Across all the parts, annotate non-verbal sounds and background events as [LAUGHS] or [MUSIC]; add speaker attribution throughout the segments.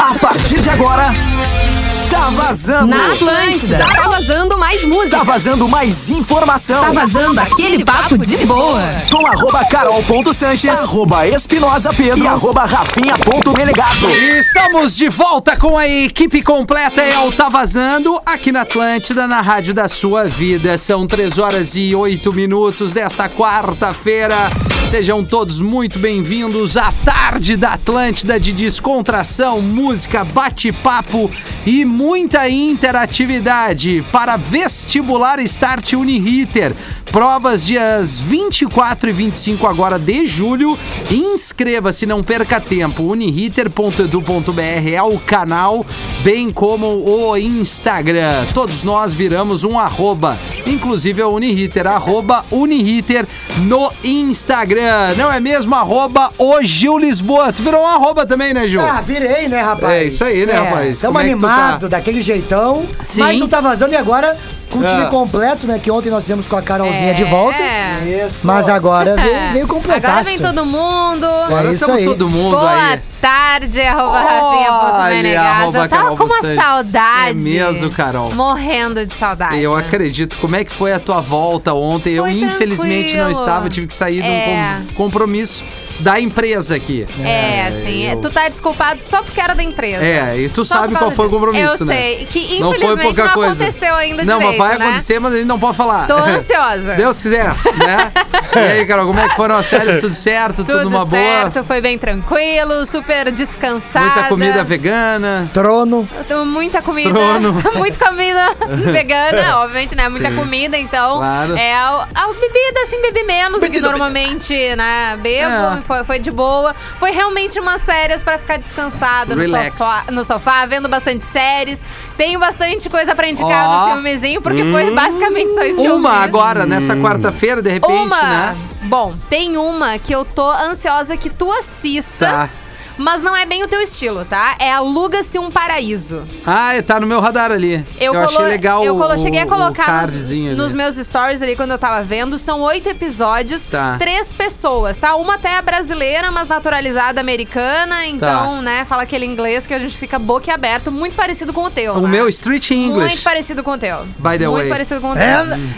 Speaker 1: A partir de agora, tá vazando!
Speaker 2: Na Atlântida. Tá vazando mais música.
Speaker 1: Tá vazando mais informação!
Speaker 2: Tá vazando aquele papo de boa.
Speaker 1: com arroba carol.sanches, arroba espinosa pedro e arroba rafinha.melegato.
Speaker 3: Estamos de volta com a equipe completa é o Tá Vazando aqui na Atlântida, na Rádio da Sua Vida. São 3 horas e 8 minutos desta quarta-feira. Sejam todos muito bem-vindos à tarde da Atlântida de descontração, música, bate-papo e muita interatividade para vestibular Start Uniriter. Provas dias 24 e 25 agora de julho. Inscreva-se, não perca tempo. uniriter.edu.br é o canal, bem como o Instagram. Todos nós viramos um arroba, inclusive a Uniriter, arroba Uniriter no Instagram. Não é mesmo? Arroba o Gil Lisboa. Tu virou um arroba também, né, Gil?
Speaker 4: Ah, virei, né, rapaz?
Speaker 3: É isso aí, né, rapaz?
Speaker 4: Tamo
Speaker 3: Como é que tu tá?
Speaker 4: animado, daquele jeitão.
Speaker 3: Sim.
Speaker 4: Mas não tá vazando e agora com o time
Speaker 3: Ah.
Speaker 4: completo, né? Que ontem nós fizemos com a Carolzinha de
Speaker 5: É.
Speaker 4: volta. É Mas agora veio, veio
Speaker 5: Agora
Speaker 4: completaço.
Speaker 5: vem todo mundo.
Speaker 3: Agora
Speaker 4: É isso
Speaker 3: estamos
Speaker 4: aí.
Speaker 3: todo mundo
Speaker 5: Boa
Speaker 3: aí.
Speaker 5: tarde, arroba
Speaker 3: Olha, arroba
Speaker 5: Rafinha. Eu
Speaker 3: Carol
Speaker 5: tava com uma
Speaker 3: Sanches.
Speaker 5: saudade.
Speaker 3: É mesmo, Carol.
Speaker 5: Morrendo de saudade.
Speaker 3: Eu acredito. Como é que foi a tua volta ontem? eu
Speaker 5: né? Foi
Speaker 3: infelizmente não
Speaker 5: tranquilo.
Speaker 3: estava, eu tive que sair de um
Speaker 5: É.
Speaker 3: com- compromisso da empresa aqui.
Speaker 5: É, assim,
Speaker 3: eu-
Speaker 5: tu tá desculpado só porque era da empresa.
Speaker 3: É, e tu
Speaker 5: Só
Speaker 3: sabe
Speaker 5: por
Speaker 3: qual
Speaker 5: causa
Speaker 3: foi o
Speaker 5: disso.
Speaker 3: compromisso,
Speaker 5: Eu
Speaker 3: né?
Speaker 5: sei, que infelizmente
Speaker 3: não foi pouca
Speaker 5: não
Speaker 3: coisa.
Speaker 5: aconteceu ainda
Speaker 3: Não,
Speaker 5: direito,
Speaker 3: mas vai
Speaker 5: né?
Speaker 3: acontecer, mas a gente não pode falar. [LAUGHS]
Speaker 5: Tô ansiosa.
Speaker 3: Se Deus quiser, né? e aí, Carol, como é que foram as férias? Tudo certo? Tudo,
Speaker 5: Tudo,
Speaker 3: uma
Speaker 5: certo,
Speaker 3: boa?
Speaker 5: foi bem tranquilo, super descansada.
Speaker 3: Muita comida vegana.
Speaker 4: Trono.
Speaker 5: Eu tomo Muita comida.
Speaker 3: Trono.
Speaker 5: [LAUGHS]
Speaker 3: É.
Speaker 5: Muita comida
Speaker 3: [LAUGHS]
Speaker 5: vegana, obviamente, né? Muita
Speaker 3: Sim.
Speaker 5: comida, então.
Speaker 3: Claro.
Speaker 5: É, a, a bebida, assim, bebi menos do que normalmente, né? Bebo,
Speaker 3: É.
Speaker 5: foi, foi de boa. Foi realmente umas férias pra ficar descansada no
Speaker 3: Relax.
Speaker 5: sofá, no sofá, vendo bastante séries. Tenho bastante coisa pra indicar
Speaker 3: Ó. Hum.
Speaker 5: no filmezinho, porque foi basicamente só isso que eu
Speaker 3: Uma
Speaker 5: fiz.
Speaker 3: agora, nessa quarta-feira, de repente,
Speaker 5: Uma.
Speaker 3: né?
Speaker 5: Bom, tem uma que eu tô ansiosa que tu assista.
Speaker 3: Tá.
Speaker 5: Mas não é bem o teu estilo, tá? É Aluga-se um Paraíso.
Speaker 3: Ah, tá no meu radar ali. Eu,
Speaker 5: colo-
Speaker 3: achei legal
Speaker 5: eu
Speaker 3: o-
Speaker 5: colo- cheguei a
Speaker 3: o
Speaker 5: colocar nos,
Speaker 3: cardzinho ali.
Speaker 5: nos meus stories ali quando eu tava vendo. São oito episódios,
Speaker 3: Tá.
Speaker 5: três pessoas, tá? Uma até é brasileira, mas naturalizada
Speaker 3: Tá.
Speaker 5: americana. Então, né, fala aquele inglês que a gente fica boquiaberto. Muito parecido com o teu,
Speaker 3: O
Speaker 5: né?
Speaker 3: meu Street English.
Speaker 5: Muito parecido com o teu.
Speaker 3: By the
Speaker 5: Muito
Speaker 3: way.
Speaker 5: parecido com o teu.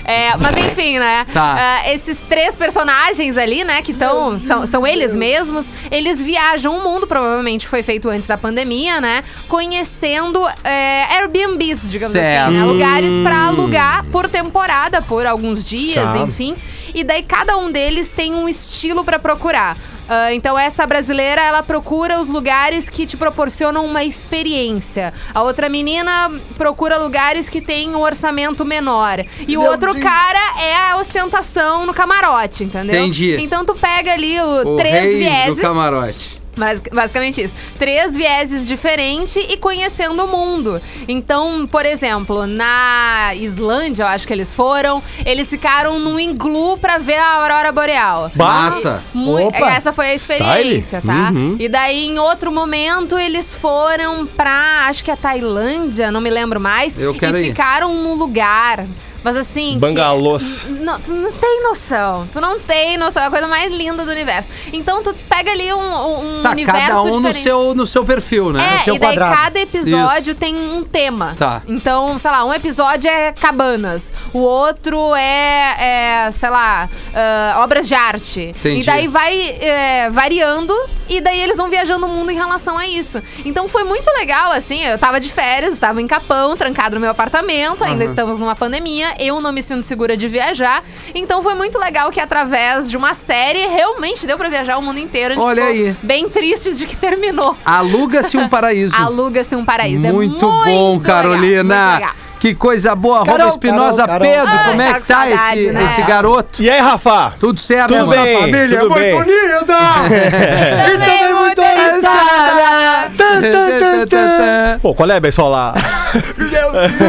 Speaker 5: É, mas enfim, né?
Speaker 3: Tá.
Speaker 5: Ah, esses três personagens ali, né, que estão. São, são eles mesmos. Eles viajam o mundo, provavelmente foi feito antes da pandemia, né? Conhecendo é, Airbnbs, digamos
Speaker 3: Certo.
Speaker 5: assim. Né, lugares pra alugar por temporada, por alguns dias,
Speaker 3: Tá.
Speaker 5: enfim. E daí cada um deles tem um estilo pra procurar. Ah, então essa brasileira, ela procura os lugares que te proporcionam uma experiência. A outra menina procura lugares que tem um orçamento menor. E o outro cara é a ostentação no camarote, entendeu?
Speaker 3: Entendi.
Speaker 5: Então tu pega ali o,
Speaker 3: O
Speaker 5: três
Speaker 3: rei do
Speaker 5: vieses.
Speaker 3: camarote.
Speaker 5: Basic- Basicamente isso. Três vieses diferentes e conhecendo o mundo. Então, por exemplo, na Islândia, eu acho que eles foram, eles ficaram num iglu pra ver a aurora boreal.
Speaker 3: Massa.
Speaker 5: Mui-
Speaker 4: Opa!
Speaker 5: é, essa foi a experiência, tá? E daí, em outro momento, eles foram pra, acho que a Tailândia, não me lembro mais.
Speaker 3: Eu quero
Speaker 5: e
Speaker 3: ir.
Speaker 5: ficaram num lugar. Mas assim. que-
Speaker 6: Bangalôs.
Speaker 5: não, tu não tem noção. Tu não tem noção. É a coisa mais linda do universo. Então tu pega ali um, um um
Speaker 3: Tá,
Speaker 5: universo
Speaker 3: cada um no
Speaker 5: diferente.
Speaker 3: seu, no seu perfil, né?
Speaker 5: É,
Speaker 4: seu
Speaker 5: e daí
Speaker 4: quadrado.
Speaker 5: cada episódio tem um tema.
Speaker 3: Tá.
Speaker 5: Então, sei lá, um episódio é cabanas, o outro é, é, sei lá, ah, obras de arte.
Speaker 3: Entendi.
Speaker 5: E daí vai é, variando e daí eles vão viajando o mundo em relação a isso. Então foi muito legal, assim, eu tava de férias, tava em Capão, trancado no meu apartamento, ainda estamos numa pandemia, eu não me sinto segura de viajar. Então foi muito legal que através de uma série realmente deu pra viajar o mundo inteiro. A gente
Speaker 3: Olha
Speaker 5: ficou
Speaker 3: aí.
Speaker 5: Bem tristes de que terminou.
Speaker 3: Aluga-se um paraíso.
Speaker 5: [LAUGHS] Aluga-se um paraíso.
Speaker 3: muito,
Speaker 5: é
Speaker 3: bom,
Speaker 5: legal,
Speaker 3: Carolina.
Speaker 5: muito legal.
Speaker 3: que coisa boa. Arroba
Speaker 4: Carol,
Speaker 3: Espinosa
Speaker 4: Carol, Carol.
Speaker 3: Pedro,
Speaker 5: Ai,
Speaker 3: como é
Speaker 5: tá
Speaker 3: que
Speaker 5: com
Speaker 3: tá
Speaker 5: saudade,
Speaker 3: esse,
Speaker 5: né?
Speaker 3: esse garoto?
Speaker 6: E aí, Rafa?
Speaker 3: Tudo certo,
Speaker 6: Tudo
Speaker 3: mano?
Speaker 6: bem?
Speaker 7: é
Speaker 6: tudo bem?
Speaker 3: É.
Speaker 5: Também é muito
Speaker 3: Tá, tá, tá, tá, tá.
Speaker 6: Pô, qual é, pessoal lá?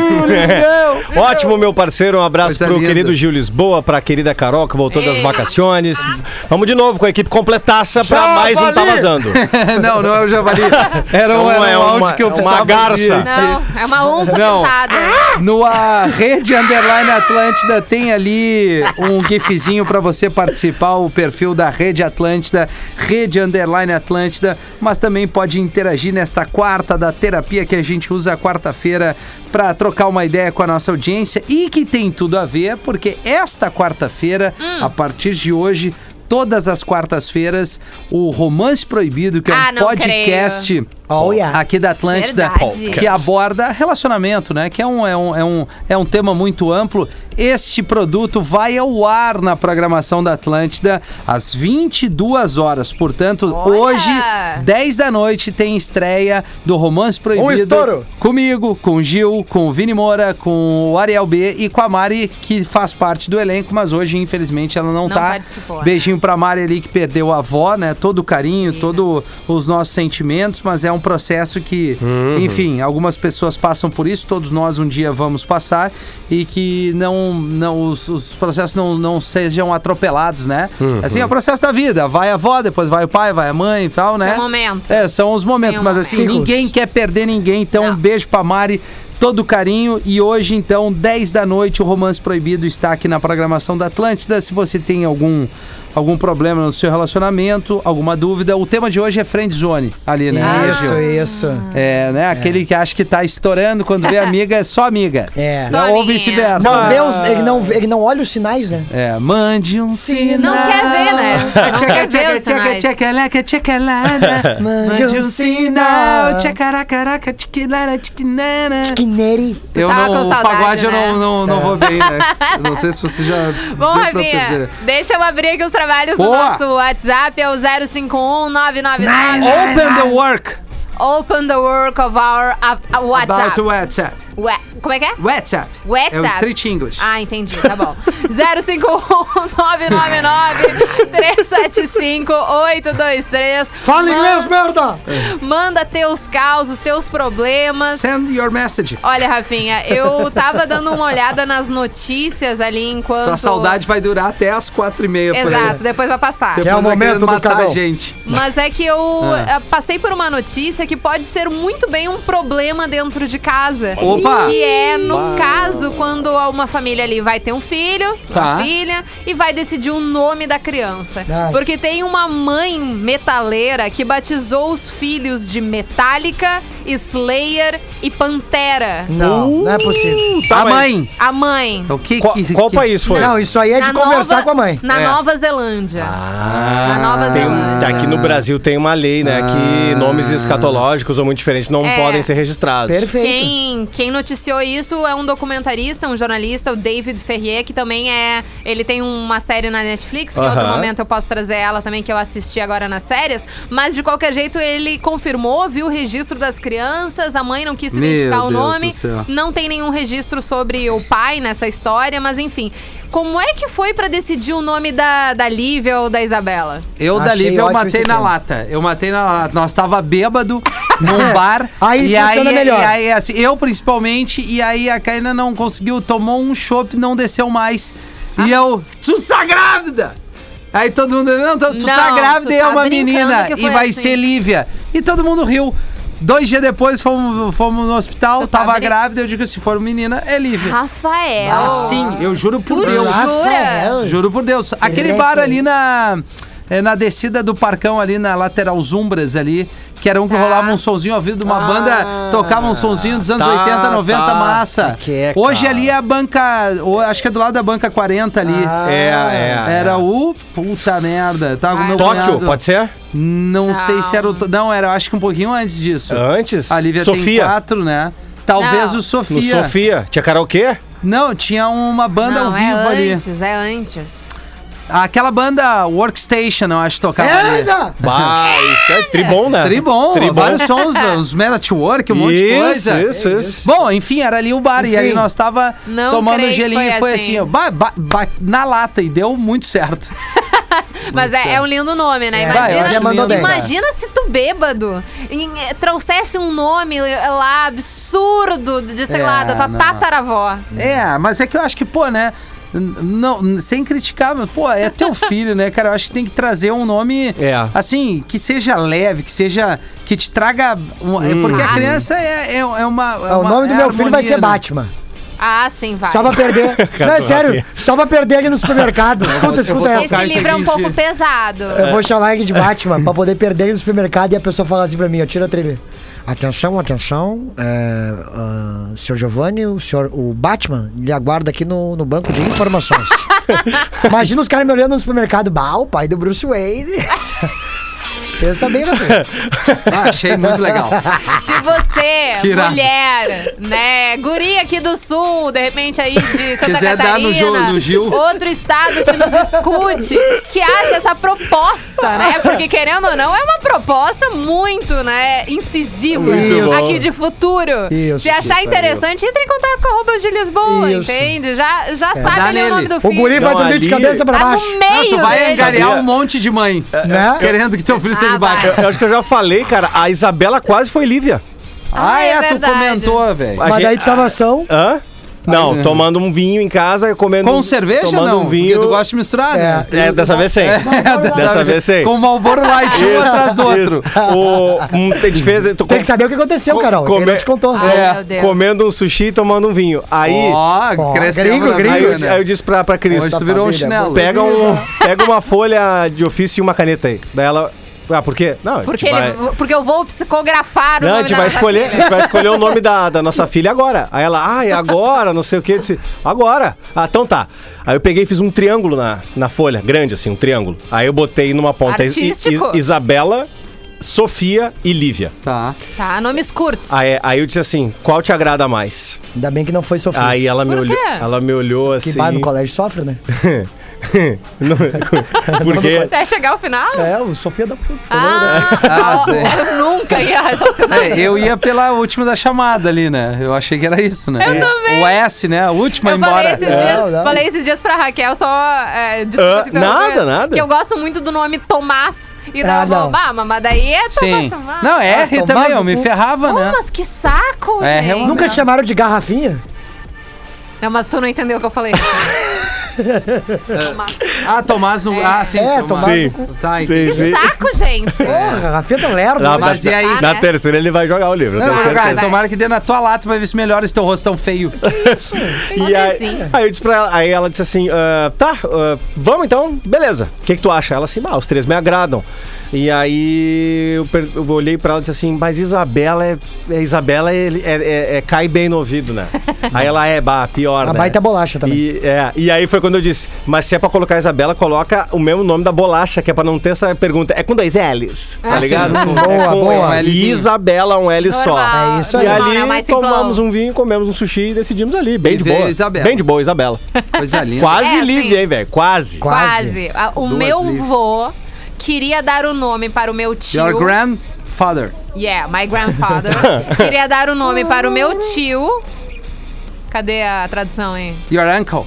Speaker 6: [LAUGHS] Ótimo, meu parceiro. Um abraço
Speaker 3: Coisa
Speaker 6: pro
Speaker 3: linda.
Speaker 6: querido Gil Lisboa, pra querida Carol, que voltou das vacações. Vamos de novo com a equipe completaça pra mais um
Speaker 3: [LAUGHS]
Speaker 6: Tá Vazando.
Speaker 3: não, não é o
Speaker 6: [LAUGHS]
Speaker 3: javali. Era um,
Speaker 6: Não,
Speaker 3: era
Speaker 6: é
Speaker 3: um áudio
Speaker 6: uma-
Speaker 3: que eu
Speaker 6: é uma
Speaker 3: precisava
Speaker 6: garça.
Speaker 3: ouvir.
Speaker 5: Não, é uma onça
Speaker 3: Não. Ah,
Speaker 5: pintada.
Speaker 3: No a Rede Underline Atlântida tem ali um gifzinho pra você participar, o perfil da Rede Atlântida, Rede Underline Atlântida, mas também pode interagir nesta quarta da terapia que a gente usa quarta-feira pra trocar uma ideia com a nossa audiência e que tem tudo a ver, porque esta quarta-feira,
Speaker 5: Hum.
Speaker 3: a partir de hoje, todas as quartas-feiras, o Romance Proibido, que é um
Speaker 5: Ah, não
Speaker 3: podcast
Speaker 4: Olha.
Speaker 3: aqui da Atlântida,
Speaker 5: Verdade.
Speaker 3: que aborda relacionamento, né? Que é um, é, um, é, um, é um tema muito amplo. Este produto vai ao ar na programação da Atlântida às 22 horas. Portanto,
Speaker 5: Olha!
Speaker 3: hoje, 10 da noite, tem estreia do Romance Proibido.
Speaker 7: Um estouro!
Speaker 3: Comigo, com o Gil, com o Vini Moura, com o Ariel B e com a Mari, que faz parte do elenco, mas hoje, infelizmente, ela não,
Speaker 5: Não
Speaker 3: tá.
Speaker 5: participou, né?
Speaker 3: Beijinho pra Mari ali que perdeu a avó, né? Todo o carinho, todos os nossos sentimentos, mas é um processo que, enfim, algumas pessoas passam por isso, todos nós um dia vamos passar e que não, não os, os processos não, não sejam atropelados, né? Assim, é o processo da vida. Vai a avó, depois vai o pai, vai a mãe e tal, né?
Speaker 5: São momentos.
Speaker 3: É, são os momentos,
Speaker 5: Tem um
Speaker 3: mas
Speaker 5: momento.
Speaker 3: assim, ninguém quer perder ninguém, então um
Speaker 5: Não.
Speaker 3: beijo pra Mari. Todo o carinho e hoje, então, 10 da noite, o Romance Proibido está aqui na programação da Atlântida. Se você tem algum, algum problema no seu relacionamento, alguma dúvida, o tema de hoje é Friend Zone, ali, né?
Speaker 5: Ah.
Speaker 4: Isso,
Speaker 3: Gil?
Speaker 4: isso.
Speaker 3: É, né? Aquele que acha que tá estourando quando vê amiga, é só amiga.
Speaker 4: É.
Speaker 5: Só
Speaker 3: Não, ou
Speaker 5: amiguinha.
Speaker 3: vice-versa.
Speaker 4: Não vê os, ele, não, ele não olha os sinais, né?
Speaker 3: É, mande um sinal.
Speaker 5: Não quer ver, né? Não quer
Speaker 3: Tchaca, tchaca,
Speaker 5: ver os sinais.
Speaker 3: tchaca, tchaca, tchaca, Mande um sinal. Tchacaracaraca, tchiquilara, tchiquinana.
Speaker 4: Que neri.
Speaker 3: Eu
Speaker 5: tava
Speaker 3: não,
Speaker 5: com
Speaker 3: o
Speaker 5: saudade,
Speaker 3: pagode eu
Speaker 5: né?
Speaker 3: não, não, não vou bem, né? Eu não sei se você já.
Speaker 5: Bom,
Speaker 3: deu pra perceber.
Speaker 5: Rafinha, deixa eu abrir aqui os trabalhos do
Speaker 3: Boa.
Speaker 5: nosso WhatsApp, é o 051999
Speaker 3: Open the work
Speaker 5: Open the work of our uh, uh,
Speaker 3: about
Speaker 5: WhatsApp.
Speaker 3: WhatsApp.
Speaker 5: Ué, como é que é?
Speaker 3: WhatsApp.
Speaker 5: WhatsApp.
Speaker 3: É o Street English.
Speaker 5: Ah, entendi, tá
Speaker 3: [LAUGHS]
Speaker 5: bom. um 051-999-375-823.
Speaker 7: Fala
Speaker 5: Man-
Speaker 7: inglês, merda!
Speaker 5: Manda teus causos, teus problemas.
Speaker 3: Send your message.
Speaker 5: Olha, Rafinha, eu tava dando uma olhada nas notícias ali enquanto...
Speaker 3: Tua Tá saudade vai durar até as quatro e meia por aí.
Speaker 5: Exato, depois vai passar.
Speaker 3: Depois
Speaker 7: Que é o
Speaker 3: vai
Speaker 7: momento
Speaker 3: querendo
Speaker 7: do
Speaker 3: matar
Speaker 7: cagão.
Speaker 3: a gente.
Speaker 5: Mas é que eu
Speaker 3: Ah.
Speaker 5: eh, passei por uma notícia que pode ser muito bem um problema dentro de casa.
Speaker 3: Opa!
Speaker 5: Que é, no caso, quando uma família ali vai ter um filho,
Speaker 3: Tá.
Speaker 5: uma filha, e vai decidir o nome da criança.
Speaker 4: Ai.
Speaker 5: Porque tem uma mãe metaleira que batizou os filhos de Metallica, Slayer e Pantera.
Speaker 3: Hum.
Speaker 4: Não,
Speaker 3: Uh.
Speaker 4: não é possível.
Speaker 6: Tá,
Speaker 3: a
Speaker 6: mas
Speaker 3: mãe.
Speaker 5: A mãe.
Speaker 3: então, O que,
Speaker 6: Qual,
Speaker 3: que-
Speaker 6: qual
Speaker 3: que-
Speaker 6: país foi?
Speaker 4: Não, isso aí é de
Speaker 5: Na
Speaker 4: conversar
Speaker 5: nova-
Speaker 4: com a mãe.
Speaker 5: Na
Speaker 3: É.
Speaker 5: Nova Zelândia.
Speaker 6: Ah,
Speaker 5: Na Nova
Speaker 6: tem-
Speaker 5: Zelândia.
Speaker 6: aqui no Brasil tem uma lei, né? Que
Speaker 3: Ah.
Speaker 6: nomes escatológicos ou muito diferentes não
Speaker 5: É.
Speaker 6: podem ser registrados.
Speaker 4: Perfeito.
Speaker 5: Quem, quem noticiou isso é um documentarista, um jornalista, o David Ferrier, que também é. Ele tem uma série na Netflix, que em outro
Speaker 6: Aham.
Speaker 5: momento eu posso trazer ela também, que eu assisti agora nas séries. Mas de qualquer jeito, ele confirmou, viu o registro das crianças, a mãe não quis
Speaker 3: Meu
Speaker 5: identificar o
Speaker 3: Deus
Speaker 5: nome.
Speaker 3: do céu.
Speaker 5: Não tem nenhum registro sobre o pai nessa história, mas enfim. Como é que foi pra decidir o nome da, da Lívia ou da Isabela?
Speaker 3: Eu da
Speaker 4: Achei
Speaker 3: Lívia eu
Speaker 4: ótimo
Speaker 3: matei
Speaker 4: esse
Speaker 3: na
Speaker 4: tema.
Speaker 3: lata. Eu matei na lata. Nós tava bêbado
Speaker 4: [LAUGHS]
Speaker 3: num bar.
Speaker 4: Aí
Speaker 3: e aí,
Speaker 4: funciona melhor.
Speaker 3: e aí, assim, eu principalmente, e aí a Karina não conseguiu, tomou um chopp não desceu mais. E
Speaker 4: Ah.
Speaker 3: eu, tu tá grávida! Aí todo mundo, não, tu, tu tá
Speaker 5: Não,
Speaker 3: grávida
Speaker 5: tu
Speaker 3: e é
Speaker 5: tá
Speaker 3: uma
Speaker 5: brincando
Speaker 3: menina.
Speaker 5: que
Speaker 3: E
Speaker 5: foi
Speaker 3: vai
Speaker 5: assim.
Speaker 3: ser Lívia. E todo mundo riu. Dois dias depois fomos, fomos no hospital,
Speaker 5: Tu tá
Speaker 3: tava
Speaker 5: brin-
Speaker 3: grávida, eu digo, se for menina, é Lívia.
Speaker 5: Rafael.
Speaker 3: Assim, eu juro por
Speaker 5: Tu
Speaker 3: Deus.
Speaker 5: jura?
Speaker 3: Juro por Deus. Aquele
Speaker 4: Direto.
Speaker 3: bar ali na. é, na descida do parcão ali, na lateral Zumbras ali, que era um que
Speaker 5: Tá.
Speaker 3: rolava um sonzinho ao vivo de uma banda, tocava um sonzinho dos anos
Speaker 6: Tá,
Speaker 3: 80, 90,
Speaker 6: tá.
Speaker 3: massa.
Speaker 6: Que que é,
Speaker 3: Hoje
Speaker 6: cara?
Speaker 3: ali é a banca, o- acho que é do lado da banca 40 ali.
Speaker 4: Ah,
Speaker 6: É, é.
Speaker 3: Era
Speaker 6: é.
Speaker 3: o. Puta merda. Tava com
Speaker 5: Ai.
Speaker 3: meu
Speaker 6: Tóquio,
Speaker 3: cunhado.
Speaker 6: pode ser?
Speaker 3: Não, sei
Speaker 5: Não.
Speaker 3: se era o. to- Não, era acho que um pouquinho antes disso.
Speaker 6: Antes?
Speaker 3: A Lívia tem
Speaker 6: Ah. Sofia.
Speaker 3: quatro, né? Talvez
Speaker 5: Não.
Speaker 3: o Sofia.
Speaker 6: No Sofia. Tinha karaokê?
Speaker 3: Não, tinha uma banda ao
Speaker 5: Não, é
Speaker 3: vivo ali.
Speaker 5: antes, é antes.
Speaker 3: Aquela banda Workstation, eu acho, tocava ali.
Speaker 4: Anda!
Speaker 6: Bah, isso é tribom, né?
Speaker 3: Tribom,
Speaker 6: Tribom.
Speaker 3: vários sons, os Merit Work, um monte de coisa. É
Speaker 6: Isso, isso, isso.
Speaker 3: Bom, enfim, era ali o bar e aí
Speaker 4: Enfim.
Speaker 3: nós tava
Speaker 5: Não
Speaker 3: tomando
Speaker 5: creio que
Speaker 3: gelinho e
Speaker 5: foi
Speaker 3: foi assim,
Speaker 5: assim.
Speaker 3: ó, ba- ba- ba- na lata e deu muito certo.
Speaker 5: Mas é, é um lindo nome, né?
Speaker 4: É.
Speaker 3: Vai, Ah, eu
Speaker 5: Imagina,
Speaker 3: acho
Speaker 4: mandou bem.
Speaker 5: imagina se tu bêbado em- eh, trouxesse um nome lá absurdo de, sei
Speaker 3: É,
Speaker 5: lá, da tua
Speaker 3: não.
Speaker 5: tataravó.
Speaker 3: É, mas é que eu acho que, pô, né? n- Não, n- sem criticar, mas, pô, é teu
Speaker 5: [LAUGHS]
Speaker 3: filho, né, cara? Eu acho que tem que trazer um nome,
Speaker 6: É.
Speaker 3: assim, que seja leve, que seja. que te traga. um- é Porque a criança é, é, é uma. é
Speaker 4: Ah, o
Speaker 3: uma-
Speaker 4: nome do
Speaker 3: é
Speaker 4: meu filho vai
Speaker 3: harmonia,
Speaker 4: ser
Speaker 3: né?
Speaker 4: Batman.
Speaker 5: Ah, sim, vai.
Speaker 4: Só pra perder. Não, é sério. Só pra perder ele no supermercado. Escuta, escuta
Speaker 3: botar
Speaker 4: essa.
Speaker 5: Esse
Speaker 3: Sai,
Speaker 5: livro é um
Speaker 3: seguinte.
Speaker 5: pouco pesado.
Speaker 3: É.
Speaker 4: Eu vou chamar ele de Batman pra poder perder ele no supermercado e a pessoa falar assim pra mim, ó, tira a trilha. Atenção, atenção, é, ah, senhor Giovanni, o senhor, o Batman, lhe aguarda aqui no, no banco de [LAUGHS] informações. Imagina os caras me olhando no supermercado, bah, o pai do Bruce [LAUGHS] Wayne. Pensa bem, meu filho.
Speaker 3: Ah, achei muito legal.
Speaker 5: Se você,
Speaker 3: [LAUGHS] Que irado.
Speaker 5: mulher, né, guri aqui do sul, de repente aí de Santa
Speaker 3: Quiser dar no
Speaker 5: Catarina,
Speaker 3: Jo- no Gil.
Speaker 5: outro estado que nos escute, que acha essa proposta, né? Porque querendo ou não, é uma proposta muito, né, incisiva
Speaker 4: Muito bom.
Speaker 5: aqui de futuro.
Speaker 4: Isso,
Speaker 5: Se achar interessante, entre em contato com a Roupa de Lisboa,
Speaker 4: Isso. É.
Speaker 5: entende? Já, já sabe
Speaker 3: Dá
Speaker 5: ali o nome
Speaker 3: nele.
Speaker 5: do
Speaker 4: O
Speaker 5: filho.
Speaker 4: guri vai
Speaker 6: Não,
Speaker 4: dormir de
Speaker 6: ali-
Speaker 4: cabeça pra
Speaker 5: Tá
Speaker 4: baixo.
Speaker 5: no
Speaker 3: Ah,
Speaker 5: meio
Speaker 3: tu vai
Speaker 5: dele.
Speaker 3: angariar
Speaker 6: Sabia.
Speaker 3: um monte de mãe.
Speaker 6: É,
Speaker 4: Né?
Speaker 3: Querendo que teu filho seja
Speaker 5: Ah,
Speaker 3: Batman.
Speaker 6: Eu acho que eu já falei, cara, a Isabela quase foi Lívia.
Speaker 3: Ah,
Speaker 5: Ah, é
Speaker 3: é, tu
Speaker 5: verdade.
Speaker 3: comentou, velho.
Speaker 6: A
Speaker 4: Mas daí
Speaker 6: gente-
Speaker 4: tu tava é. ação.
Speaker 6: Hã? Não,
Speaker 3: Fazendo.
Speaker 6: tomando um vinho em casa, comendo.
Speaker 3: Com
Speaker 6: um-
Speaker 3: cerveja,
Speaker 6: tomando
Speaker 3: não?
Speaker 6: Um
Speaker 3: Porque
Speaker 6: vinho.
Speaker 3: tu gosta de misturar, [LAUGHS] né?
Speaker 6: É, dessa vez sim.
Speaker 4: É,
Speaker 6: Dessa vez sim.
Speaker 3: Com o Malboro Light, um atrás do outro.
Speaker 6: isso. O, um, a gente fez. tu
Speaker 4: Tem
Speaker 6: com-
Speaker 4: que saber o que aconteceu,
Speaker 6: Co-
Speaker 4: Carol. Ele
Speaker 6: come-
Speaker 4: não te contou.
Speaker 5: Ai,
Speaker 3: É,
Speaker 5: meu Deus.
Speaker 6: comendo um sushi e tomando um vinho. Aí,
Speaker 3: Ó,
Speaker 4: Ó,
Speaker 3: cresceu
Speaker 4: gringo,
Speaker 3: na
Speaker 4: gringo,
Speaker 6: aí, eu,
Speaker 3: Bahia, né?
Speaker 6: aí eu disse pra, pra Cris: "Tá,
Speaker 3: Hoje tu virou um
Speaker 4: família,
Speaker 3: chinelo.
Speaker 6: pega, um, pega uma folha de ofício e uma caneta aí. Daí ela. Ah, por quê? Não, a gente
Speaker 5: Porque,
Speaker 6: vai-
Speaker 5: ele, porque eu vou psicografar o
Speaker 6: Não, a
Speaker 5: nome
Speaker 6: gente
Speaker 5: da
Speaker 6: vai
Speaker 5: nossa
Speaker 6: escolher, a gente vai escolher o nome da, da nossa filha agora. Aí ela, ah, é agora, não sei o que. Eu disse, agora. Ah, então tá. Aí eu peguei e fiz um triângulo na, na folha, grande assim, um triângulo. Aí eu botei numa ponta Is- Is-
Speaker 5: Artístico.
Speaker 6: Isabela, Sofia e Lívia.
Speaker 3: Tá.
Speaker 5: Tá, nomes curtos.
Speaker 6: Aí, aí eu disse assim, qual te agrada mais?
Speaker 4: Ainda bem que não foi sofrido.
Speaker 6: Aí ela me
Speaker 5: Por quê?
Speaker 6: olhou, ela me olhou
Speaker 4: que
Speaker 6: assim.
Speaker 4: vai no colégio sofre, né?
Speaker 6: [LAUGHS] Não- Porque
Speaker 5: Até chegar ao final?
Speaker 4: É, né? o Sofia da puta.
Speaker 5: [LAUGHS] Ah,
Speaker 3: Ah,
Speaker 5: ó,
Speaker 3: sim.
Speaker 5: eu nunca ia raciocinar.
Speaker 3: É, eu ia pela última da chamada ali, né? Eu achei que era isso, né? Eu
Speaker 5: também.
Speaker 3: O S, né? A última
Speaker 5: Eu falei
Speaker 3: embora.
Speaker 5: esses,
Speaker 3: É.
Speaker 5: dias,
Speaker 4: Não, não.
Speaker 5: falei esses dias pra Raquel, só. É,
Speaker 6: Ah,
Speaker 5: te interromper,
Speaker 6: nada, nada.
Speaker 5: Que eu gosto muito do nome Tomás. E da
Speaker 4: Ah, não.
Speaker 5: Obama, mas daí é
Speaker 3: Sim.
Speaker 5: Tomás. Tomás.
Speaker 3: Não, R
Speaker 4: Ah, tomar
Speaker 3: também, eu
Speaker 4: no
Speaker 3: me
Speaker 4: cu.
Speaker 3: ferrava,
Speaker 5: Pô,
Speaker 3: né?
Speaker 5: mas que saco,
Speaker 3: É,
Speaker 5: gente.
Speaker 3: realmente.
Speaker 4: Nunca te chamaram de garrafinha?
Speaker 5: Não, mas tu não entendeu o que
Speaker 3: [LAUGHS]
Speaker 5: eu falei. Tomás.
Speaker 3: Ah, Tomás no. Ah, sim.
Speaker 4: É,
Speaker 6: Sim.
Speaker 3: Tá, entendi.
Speaker 6: Sim, sim.
Speaker 5: Que saco, gente.
Speaker 4: Porra, garrafinha tá lerdo.
Speaker 6: Na,
Speaker 3: Mas
Speaker 6: na-
Speaker 3: e aí?
Speaker 6: na terceira ele vai jogar o livro. eu
Speaker 3: Não, então
Speaker 6: tenho
Speaker 3: não,
Speaker 6: certeza.
Speaker 3: cara, tomara que dê na tua lata pra ver se melhora esse teu rosto tão feio.
Speaker 6: E aí, aí eu disse pra ela, aí ela disse assim, "Ah, tá, ah, vamos então, beleza. O que, que tu acha? Ela assim, ah, os três me agradam. E aí eu, per- eu olhei pra ela e disse assim, mas Isabela é. é- Isabela é, é- é- é- cai bem no ouvido, né? aí ela é, bah, pior,
Speaker 4: Uma
Speaker 6: né?
Speaker 4: baita bolacha também.
Speaker 6: E, é, e aí foi quando eu disse, mas se é pra colocar Isabela, coloca o mesmo nome da bolacha, que é pra não ter essa pergunta. É com dois L's, tá
Speaker 3: Ah,
Speaker 6: ligado?
Speaker 3: sim.
Speaker 6: É
Speaker 4: Boa,
Speaker 6: com
Speaker 4: boa.
Speaker 6: um L.
Speaker 3: Lzinho.
Speaker 6: Isabela, um L só.
Speaker 5: Normal,
Speaker 4: É isso aí.
Speaker 6: E
Speaker 5: normal, né?
Speaker 6: ali
Speaker 5: Mais simplão.
Speaker 6: tomamos um vinho, comemos um sushi e decidimos ali, bem
Speaker 3: E
Speaker 6: de
Speaker 3: veio
Speaker 6: boa.
Speaker 3: Isabela.
Speaker 6: Bem de boa, Isabela.
Speaker 3: Coisa linda.
Speaker 6: Quase
Speaker 5: É, assim.
Speaker 6: Lívia, hein, velho? Quase.
Speaker 5: Quase. Ah, O
Speaker 3: Duas
Speaker 5: meu
Speaker 3: livres.
Speaker 5: vô queria dar o nome para o meu tio.
Speaker 3: Your grandfather.
Speaker 5: Yeah,
Speaker 3: [LAUGHS]
Speaker 5: my grandfather. Queria dar o nome para o meu tio. Cadê a tradução aí?
Speaker 3: Your uncle.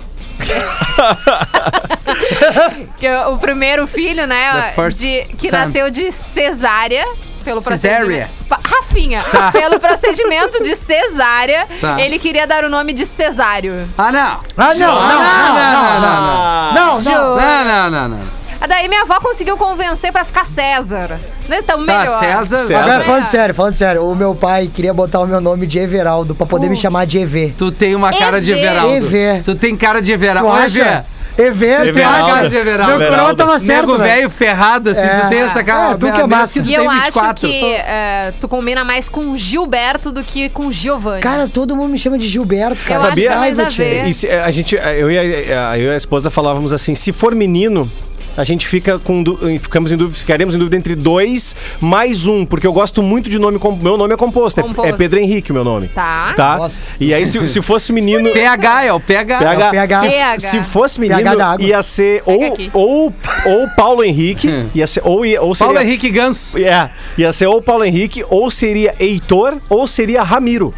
Speaker 5: Que é o primeiro filho, né?
Speaker 3: The first
Speaker 5: de- que
Speaker 3: son.
Speaker 5: nasceu de cesárea. Pelo
Speaker 3: Cesárea.
Speaker 5: procedimento. Pa- Rafinha, pelo procedimento de cesárea,
Speaker 3: Tá.
Speaker 5: ele queria dar o nome de cesário.
Speaker 3: Ah, não.
Speaker 4: Ah, não,
Speaker 3: Ah, não, não, não, não.
Speaker 6: Ah,
Speaker 4: não, não, não.
Speaker 5: Ju.
Speaker 3: Não, não, não, não.
Speaker 5: Ah, Daí minha avó conseguiu convencer pra ficar César. Então,
Speaker 3: Tá,
Speaker 5: melhor.
Speaker 3: César.
Speaker 6: César.
Speaker 4: Agora,
Speaker 5: É.
Speaker 4: falando sério, falando sério, o meu pai queria botar o meu nome de Everaldo pra poder me chamar de EV.
Speaker 3: Tu tem uma cara de
Speaker 5: EV.
Speaker 3: Everaldo.
Speaker 4: EV.
Speaker 3: Tu tem cara de Everaldo.
Speaker 4: Tu
Speaker 3: Ô,
Speaker 4: acha?
Speaker 6: Ah,
Speaker 4: EV, tu
Speaker 3: Everaldo.
Speaker 4: acha?
Speaker 3: Everaldo.
Speaker 4: Meu coral tava
Speaker 3: EV,
Speaker 4: certo,
Speaker 3: Nego
Speaker 4: velho.
Speaker 3: velho ferrado, assim,
Speaker 4: É.
Speaker 3: tu tem essa cara.
Speaker 4: É, tu que é
Speaker 3: mesmo
Speaker 4: massa.
Speaker 3: tu
Speaker 5: E
Speaker 3: tem
Speaker 5: eu acho
Speaker 3: 24.
Speaker 5: que é, tu combina mais com Gilberto do que com Giovanni.
Speaker 4: Cara, todo mundo me chama de Gilberto, cara.
Speaker 5: Eu acho que
Speaker 6: Sabia?
Speaker 5: tem mais a
Speaker 4: Ai, vou te-
Speaker 5: ver.
Speaker 6: E se- a gente, eu e a, eu e a esposa falávamos assim, se for menino, a gente fica com, du- ficamos em dúvida, ficaremos em dúvida entre dois mais um, porque eu gosto muito de nome, com- meu nome é composto, é-
Speaker 5: Composto.
Speaker 6: É, Pedro Henrique o meu nome.
Speaker 5: Tá.
Speaker 6: Tá?
Speaker 4: Nossa.
Speaker 6: E aí se, se fosse menino...
Speaker 3: PH, é o PH.
Speaker 6: PH,
Speaker 4: É o PH.
Speaker 6: Se,
Speaker 5: PH.
Speaker 6: se fosse menino,
Speaker 4: PH da água.
Speaker 6: ia ser
Speaker 5: Pega
Speaker 6: ou,
Speaker 5: aqui.
Speaker 6: ou, ou
Speaker 3: [LAUGHS]
Speaker 6: Paulo Henrique,
Speaker 3: Hum.
Speaker 6: ia ser, ou, ia- ou seria
Speaker 3: Paulo Henrique Gans.
Speaker 6: É, ia ser ou Paulo Henrique, ou seria Heitor, ou seria Ramiro.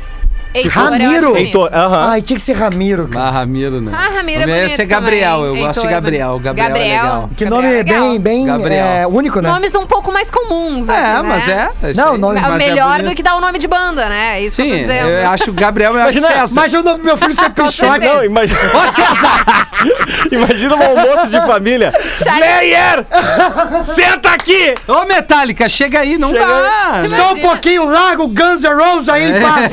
Speaker 5: Heitor, eu acho
Speaker 4: Ramiro.
Speaker 5: bonito.
Speaker 6: Heitor, aham.
Speaker 4: Ai, tinha que ser Ramiro, cara.
Speaker 3: Ah, Ramiro não.
Speaker 5: Ah, Ramiro é
Speaker 3: Vamos ver,
Speaker 5: bonito
Speaker 3: Esse é Gabriel,
Speaker 5: também.
Speaker 3: eu gosto
Speaker 5: Heitor
Speaker 3: de
Speaker 5: é
Speaker 3: Gabriel.
Speaker 5: bonito.
Speaker 3: Gabriel, é legal.
Speaker 4: Que
Speaker 5: Gabriel
Speaker 4: nome
Speaker 5: é
Speaker 4: é bem,
Speaker 5: legal.
Speaker 4: bem
Speaker 3: Gabriel.
Speaker 4: é, único, né?
Speaker 5: Nomes um pouco mais comuns.
Speaker 3: É,
Speaker 5: assim,
Speaker 3: mas
Speaker 5: né?
Speaker 3: é. é isso
Speaker 4: Não,
Speaker 3: aí.
Speaker 4: não-
Speaker 5: É
Speaker 3: Mas
Speaker 5: melhor
Speaker 3: bonito.
Speaker 5: do que dar o nome de banda, né? É Isso que eu tô
Speaker 3: Sim,
Speaker 5: dizendo.
Speaker 3: eu acho o Gabriel melhor que
Speaker 6: Imagina-
Speaker 3: César.
Speaker 4: Imagina o nome do meu filho
Speaker 5: [LAUGHS]
Speaker 4: ser Pichote.
Speaker 6: Não, imagina.
Speaker 3: [LAUGHS] Ô, César!
Speaker 6: [LAUGHS] Imagina um almoço de família.
Speaker 5: Tá
Speaker 6: Slayer! Senta aqui!
Speaker 3: Ô, Metallica, chega aí, não
Speaker 6: Chega
Speaker 3: dá.
Speaker 5: aí.
Speaker 4: Só um
Speaker 5: Imagina.
Speaker 4: pouquinho, larga o Guns N' Roses aí em paz.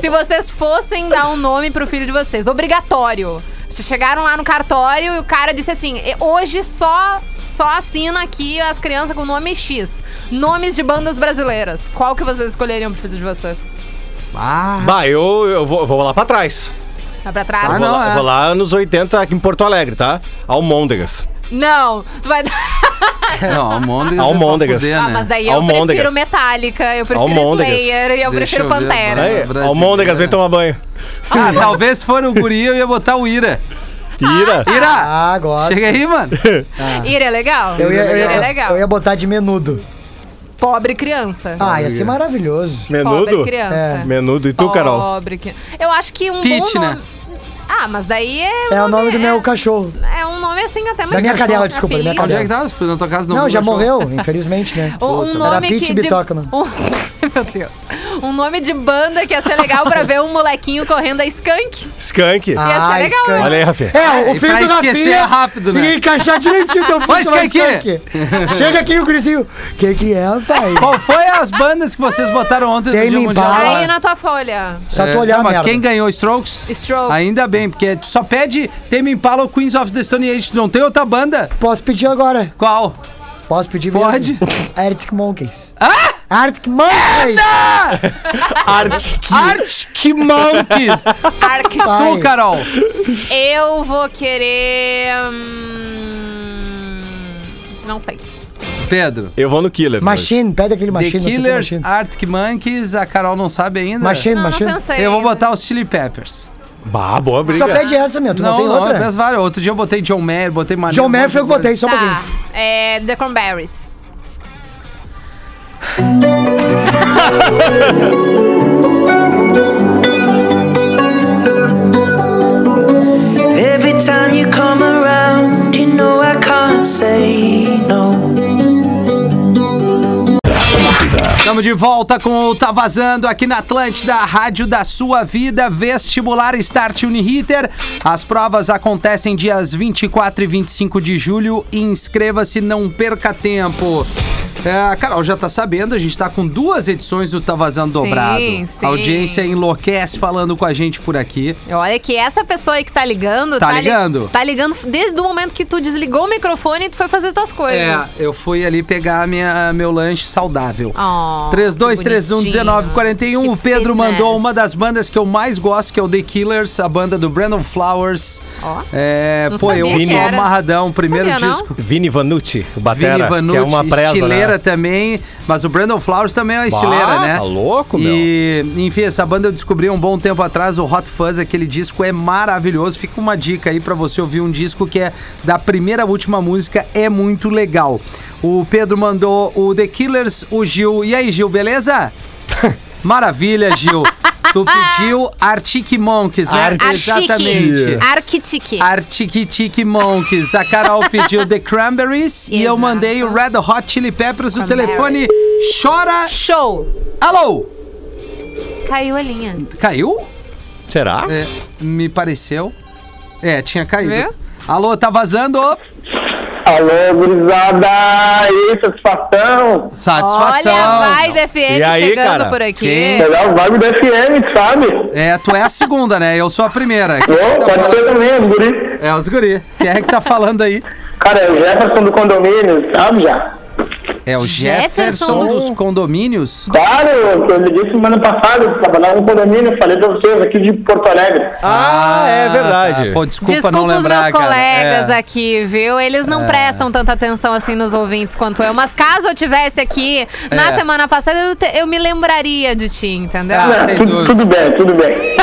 Speaker 5: Se vocês fossem dar um nome pro filho de vocês, obrigatório. Vocês chegaram lá no cartório e o cara disse assim: "E- hoje só, só assina aqui as crianças com nome X. Nomes de bandas brasileiras. Qual que vocês escolheriam pro filho de vocês?
Speaker 3: Ah,
Speaker 6: Bah, eu, eu vou, vou lá pra trás.
Speaker 5: Vai pra trás?
Speaker 3: Ah,
Speaker 6: vou,
Speaker 3: não,
Speaker 6: lá,
Speaker 3: é.
Speaker 6: vou lá anos 80 aqui em Porto Alegre, tá? Almôndegas.
Speaker 5: Não, tu vai dar.
Speaker 3: não, Almôndegas.
Speaker 6: Almôndegas.
Speaker 3: é pra fuder,
Speaker 5: Ah,
Speaker 3: né?
Speaker 5: mas daí eu
Speaker 6: Almôndegas.
Speaker 5: prefiro Metallica, eu prefiro
Speaker 6: Almôndegas.
Speaker 5: Slayer e eu
Speaker 3: Deixa
Speaker 5: prefiro
Speaker 3: eu ver,
Speaker 5: Pantera.
Speaker 3: vai.
Speaker 6: Aí,
Speaker 3: brasileira. é.
Speaker 6: Almôndegas, vem tomar banho.
Speaker 3: Ah, talvez for o guri, eu ia botar o Ira.
Speaker 6: Ira.
Speaker 3: Ira,
Speaker 4: Ah, gosto.
Speaker 3: chega aí, mano.
Speaker 5: Ira é legal?
Speaker 4: Eu ia, eu,
Speaker 5: Ira é
Speaker 4: ia,
Speaker 5: legal.
Speaker 4: eu ia botar de menudo.
Speaker 5: Pobre criança.
Speaker 4: Ah, ia ser maravilhoso.
Speaker 6: Menudo?
Speaker 5: Pobre criança.
Speaker 4: É.
Speaker 6: Menudo. E tu, Carol?
Speaker 5: Pobre que- Eu acho que um
Speaker 3: Pete,
Speaker 5: bom
Speaker 3: né?
Speaker 5: nome... Ah, mas daí é... um
Speaker 4: É o nome do
Speaker 5: é-
Speaker 4: meu cachorro.
Speaker 5: É um nome assim até mais...
Speaker 4: minha cadela,
Speaker 5: cachorro,
Speaker 4: desculpa, da minha
Speaker 5: apelido.
Speaker 3: Onde
Speaker 4: cadela.
Speaker 3: é que tá? Fui na tua casa, não
Speaker 4: Não,
Speaker 3: vi o
Speaker 4: já
Speaker 3: cachorro. [LAUGHS]
Speaker 4: morreu, infelizmente, né?
Speaker 5: Um, um
Speaker 4: Era
Speaker 5: nome
Speaker 4: Pete
Speaker 5: que...
Speaker 4: Bitocano.
Speaker 5: Um... [LAUGHS] Meu Deus. Um nome de banda que ia ser legal pra ver um molequinho correndo a skunk.
Speaker 6: Skunk.
Speaker 4: Ah.
Speaker 5: ser legal,
Speaker 4: Skank.
Speaker 6: Olha
Speaker 4: [LAUGHS]
Speaker 6: aí, Rafinha.
Speaker 4: É, o
Speaker 3: E
Speaker 4: filho
Speaker 3: pra
Speaker 4: do
Speaker 3: esquecer
Speaker 4: Rafinha.
Speaker 3: é rápido, né?
Speaker 4: E encaixar direitinho
Speaker 3: [LAUGHS]
Speaker 4: teu
Speaker 3: Vai,
Speaker 4: filho lá no
Speaker 3: Skank.
Speaker 4: Skank. Chega aqui o Crisinho. Que que é, pai?
Speaker 3: Qual foi as bandas que vocês botaram ontem no
Speaker 4: Tame
Speaker 3: Dia Mundial?
Speaker 4: Impala.
Speaker 5: Aí na tua folha.
Speaker 4: Só
Speaker 3: É,
Speaker 4: tu olhar,
Speaker 3: não, mas
Speaker 4: merda.
Speaker 3: quem ganhou Strokes?
Speaker 5: Strokes.
Speaker 3: Ainda bem, porque tu só pede Tame Impala ou Queens of the Stone Age. Não tem outra banda?
Speaker 4: Posso pedir agora?
Speaker 3: Qual?
Speaker 4: Posso pedir
Speaker 3: Pode.
Speaker 4: mesmo? [LAUGHS] Arctic Monkeys. Ah? Arctic Monkeys!
Speaker 6: Arctic.
Speaker 3: Arctic
Speaker 5: [LAUGHS]
Speaker 3: Monkeys.
Speaker 4: Vai.
Speaker 3: tu, Carol.
Speaker 5: Eu vou querer... hum, Não sei.
Speaker 3: Pedro.
Speaker 6: Eu vou no Killer.
Speaker 4: Machine, pede aquele machine.
Speaker 3: The
Speaker 4: não sei o que é
Speaker 3: Killers, Arctic Monkeys, a Carol não sabe ainda.
Speaker 4: Machine,
Speaker 5: Não,
Speaker 4: machine.
Speaker 5: não
Speaker 4: machine.
Speaker 5: pensei.
Speaker 3: Eu vou
Speaker 5: ainda.
Speaker 3: botar os Chili Peppers.
Speaker 6: Bah, boa briga.
Speaker 4: Só pede essa, meu. Tu não,
Speaker 3: não,
Speaker 4: tem
Speaker 3: não,
Speaker 4: outra?
Speaker 3: eu peço várias. Outro dia eu botei John Mayer, botei Maria.
Speaker 4: John Mayer foi o que eu botei, só um
Speaker 5: Tá,
Speaker 4: pouquinho.
Speaker 5: é The Cranberries.
Speaker 7: Every time you come around, you know I can't say no.
Speaker 3: Estamos de volta com o Tá Vazando aqui na Atlântida, a rádio da sua vida, vestibular Start Uniriter. As provas acontecem dias 24 e 25 de julho. Inscreva-se, não perca tempo. É, Carol, já tá sabendo, a gente tá com duas edições do Tá Vazando
Speaker 5: Sim,
Speaker 3: Dobrado.
Speaker 5: sim.
Speaker 3: A audiência enlouquece falando com a gente por aqui.
Speaker 5: Olha que essa pessoa aí que tá ligando...
Speaker 3: Tá
Speaker 5: li-
Speaker 3: ligando?
Speaker 5: tá ligando desde o momento que tu desligou o microfone e tu foi fazer tuas coisas.
Speaker 3: É, eu fui ali pegar minha, meu lanche saudável.
Speaker 5: Oh,
Speaker 3: 32311941.
Speaker 5: que
Speaker 3: O Pedro
Speaker 5: fitness.
Speaker 3: mandou uma das bandas que eu mais gosto, que é o The Killers, a banda do Brandon Flowers.
Speaker 5: Ó.
Speaker 3: É,
Speaker 5: Não
Speaker 3: pô, eu
Speaker 5: sabia que
Speaker 3: sou
Speaker 5: era.
Speaker 3: amarradão, primeiro
Speaker 5: Sabia, não?
Speaker 3: disco.
Speaker 6: Vini Vanucci, o batera,
Speaker 3: Vini Vanucci,
Speaker 6: que é uma presa,
Speaker 3: estileira
Speaker 6: né?
Speaker 3: também, mas o Brandon Flowers também é uma estileira,
Speaker 6: Bah,
Speaker 3: né?
Speaker 6: tá louco, meu.
Speaker 3: E, enfim, essa banda eu descobri um bom tempo atrás, o Hot Fuzz, aquele disco é maravilhoso. Fica uma dica aí pra você ouvir um disco que é da primeira à última música, é muito legal. O Pedro mandou o The Killers, o Gil. E aí, Gil,
Speaker 6: [LAUGHS]
Speaker 3: beleza? Maravilha, Gil. Tu pediu Arctic Monkeys, né?
Speaker 6: Arctic.
Speaker 3: Exatamente.
Speaker 5: Arquitique.
Speaker 3: Arctic Tic Monkeys. A Carol pediu The Cranberries e eu
Speaker 5: Exato.
Speaker 3: mandei o Red Hot Chili Peppers. O telefone chora.
Speaker 5: Show.
Speaker 3: Alô?
Speaker 5: Caiu a linha.
Speaker 3: Caiu?
Speaker 6: Será?
Speaker 3: É, me pareceu. É, tinha caído.
Speaker 5: Viu?
Speaker 3: Alô, tá vazando?
Speaker 8: Alô, gurizada! E satisfação!
Speaker 3: Satisfação.
Speaker 5: Olha a vibe FM
Speaker 6: E aí,
Speaker 5: chegando
Speaker 6: cara?
Speaker 5: por aqui.
Speaker 3: Quem?
Speaker 8: Melhor vibe do FM, sabe?
Speaker 3: É, tu é a segunda, né? Eu sou a primeira. Quem
Speaker 8: Ô,
Speaker 3: tá
Speaker 8: pode ser
Speaker 3: falando?
Speaker 8: também, os guri.
Speaker 3: É, os guri. Quem é que tá falando aí?
Speaker 8: Cara, é o Jefferson do condomínio, sabe já?
Speaker 3: É o Jefferson,
Speaker 5: Jefferson.
Speaker 3: dos condomínios?
Speaker 8: Claro, que eu lhe disse semana passada, eu trabalhava no condomínio, eu falei pra vocês aqui de Porto Alegre.
Speaker 6: Ah, é
Speaker 3: tá.
Speaker 6: verdade.
Speaker 3: Pô, desculpa,
Speaker 5: Desculpa
Speaker 3: não lembrar,
Speaker 5: os
Speaker 3: cara.
Speaker 5: meus colegas
Speaker 3: É.
Speaker 5: aqui, viu? Eles não prestam tanta atenção assim nos ouvintes quanto eu. Mas caso eu tivesse aqui na
Speaker 3: É.
Speaker 5: semana passada, eu, te- eu me lembraria de ti, entendeu?
Speaker 3: Ah, sem
Speaker 8: tudo,
Speaker 3: dúvida.
Speaker 8: tudo bem, tudo bem.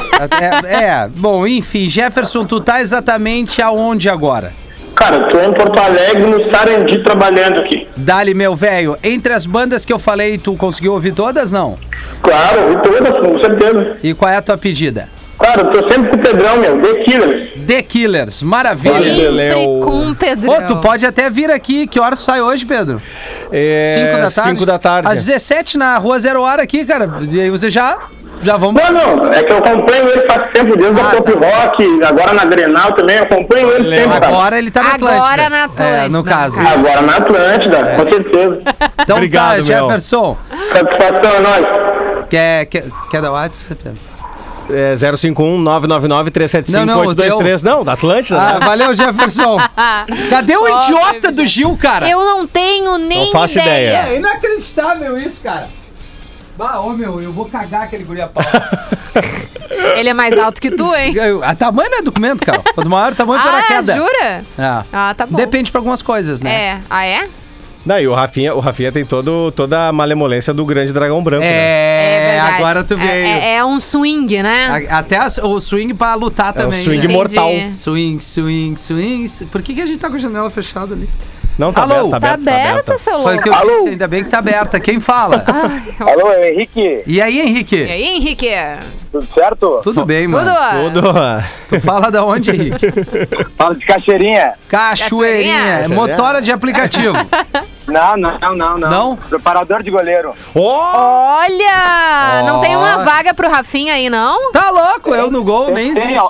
Speaker 3: É, é, bom, enfim, Jefferson, tu tá exatamente aonde agora?
Speaker 8: Cara, eu tô em Porto Alegre, no Sarandi, trabalhando aqui.
Speaker 3: Dali, meu velho, entre as bandas que eu falei, tu conseguiu ouvir todas, não?
Speaker 8: Claro, e todas, com certeza.
Speaker 3: E qual é a tua pedida?
Speaker 8: Cara, eu tô sempre com o Pedrão, meu, The Killers.
Speaker 3: The Killers, maravilha.
Speaker 6: Olha.
Speaker 5: Sempre
Speaker 6: Beleu.
Speaker 5: com o Pedrão.
Speaker 3: Ô, tu pode até vir aqui. Que horas sai hoje, Pedro?
Speaker 6: É,
Speaker 3: Cinco da tarde?
Speaker 6: cinco da tarde.
Speaker 3: Às 17 na Rua Zero Hora aqui, cara. E aí você já... Já vamos...
Speaker 8: Não, não, é que eu acompanho ele faz tempo, desde
Speaker 3: Ah,
Speaker 8: o Top
Speaker 3: tá.
Speaker 8: Rock, agora na Grenal também, eu acompanho ele sempre, cara.
Speaker 3: Agora ele tá na
Speaker 5: Agora
Speaker 3: Atlântida.
Speaker 5: na Atlântida,
Speaker 3: É, no
Speaker 5: no
Speaker 3: caso.
Speaker 5: caso.
Speaker 8: Agora na Atlântida,
Speaker 3: [LAUGHS]
Speaker 8: com certeza.
Speaker 3: Então tá,
Speaker 6: Obrigado, meu.
Speaker 3: Jefferson.
Speaker 8: Satisfação é nóis.
Speaker 3: Quer, quer, quer dar WhatsApp? Pedro?
Speaker 6: É 051 999 375
Speaker 3: Não, não, o
Speaker 6: 823. Não, da Atlântida.
Speaker 3: Ah,
Speaker 6: né?
Speaker 3: valeu,
Speaker 5: [LAUGHS]
Speaker 3: Jefferson. Cadê o idiota do Gil, cara?
Speaker 5: Eu não tenho nem
Speaker 6: faço
Speaker 5: ideia.
Speaker 6: ideia.
Speaker 3: É inacreditável isso, cara. Bah, ô meu, eu vou cagar aquele guri a pau.
Speaker 5: Ele é mais alto que tu, hein?
Speaker 3: [LAUGHS] Eu- A tamanho não é documento, cara. Quanto maior, tamanho para a
Speaker 5: ah,
Speaker 3: queda.
Speaker 5: jura?
Speaker 3: Ah.
Speaker 5: Ah, tá bom.
Speaker 3: Depende pra algumas coisas, né?
Speaker 5: É. Ah, é?
Speaker 6: Não, e o Rafinha, o Rafinha tem todo, toda a malemolência do grande dragão branco. né?
Speaker 3: É,
Speaker 5: verdade.
Speaker 3: agora tu
Speaker 5: É-
Speaker 3: veio.
Speaker 5: É, é um swing, né?
Speaker 3: A- Até as- o swing pra lutar
Speaker 6: É um
Speaker 3: também. né?
Speaker 6: swing
Speaker 5: mo-
Speaker 6: mortal.
Speaker 5: Entendi.
Speaker 3: swing, swing, swing. su- Por que, que a gente tá com a janela fechada ali?
Speaker 6: Não, tá
Speaker 3: Alô?
Speaker 6: aberto, tá
Speaker 5: Tá
Speaker 6: aberto.
Speaker 5: aberta, seu
Speaker 3: Foi o
Speaker 5: louco.
Speaker 3: que eu disse, ainda bem que tá aberta. Quem
Speaker 5: [LAUGHS]
Speaker 3: fala? [LAUGHS]
Speaker 8: Alô, Henrique,
Speaker 3: E aí, Henrique?
Speaker 5: E aí, Henrique?
Speaker 8: tudo certo?
Speaker 3: Tudo bem,
Speaker 5: Tudo?
Speaker 3: mano?
Speaker 6: Tudo.
Speaker 3: Tu fala da onde, Henrique?
Speaker 8: Fala de Cachoeirinha.
Speaker 3: Cachoeirinha.
Speaker 5: Cachoeirinha.
Speaker 3: É Motora de aplicativo.
Speaker 8: Não, não, não, não.
Speaker 3: Não?
Speaker 8: Preparador de goleiro.
Speaker 6: Ó!
Speaker 5: Olha! Não tem uma
Speaker 3: Ó.
Speaker 5: vaga pro Rafinha aí, não?
Speaker 3: Tá louco, eu no gol nem
Speaker 8: tem,
Speaker 3: existe.
Speaker 8: ó.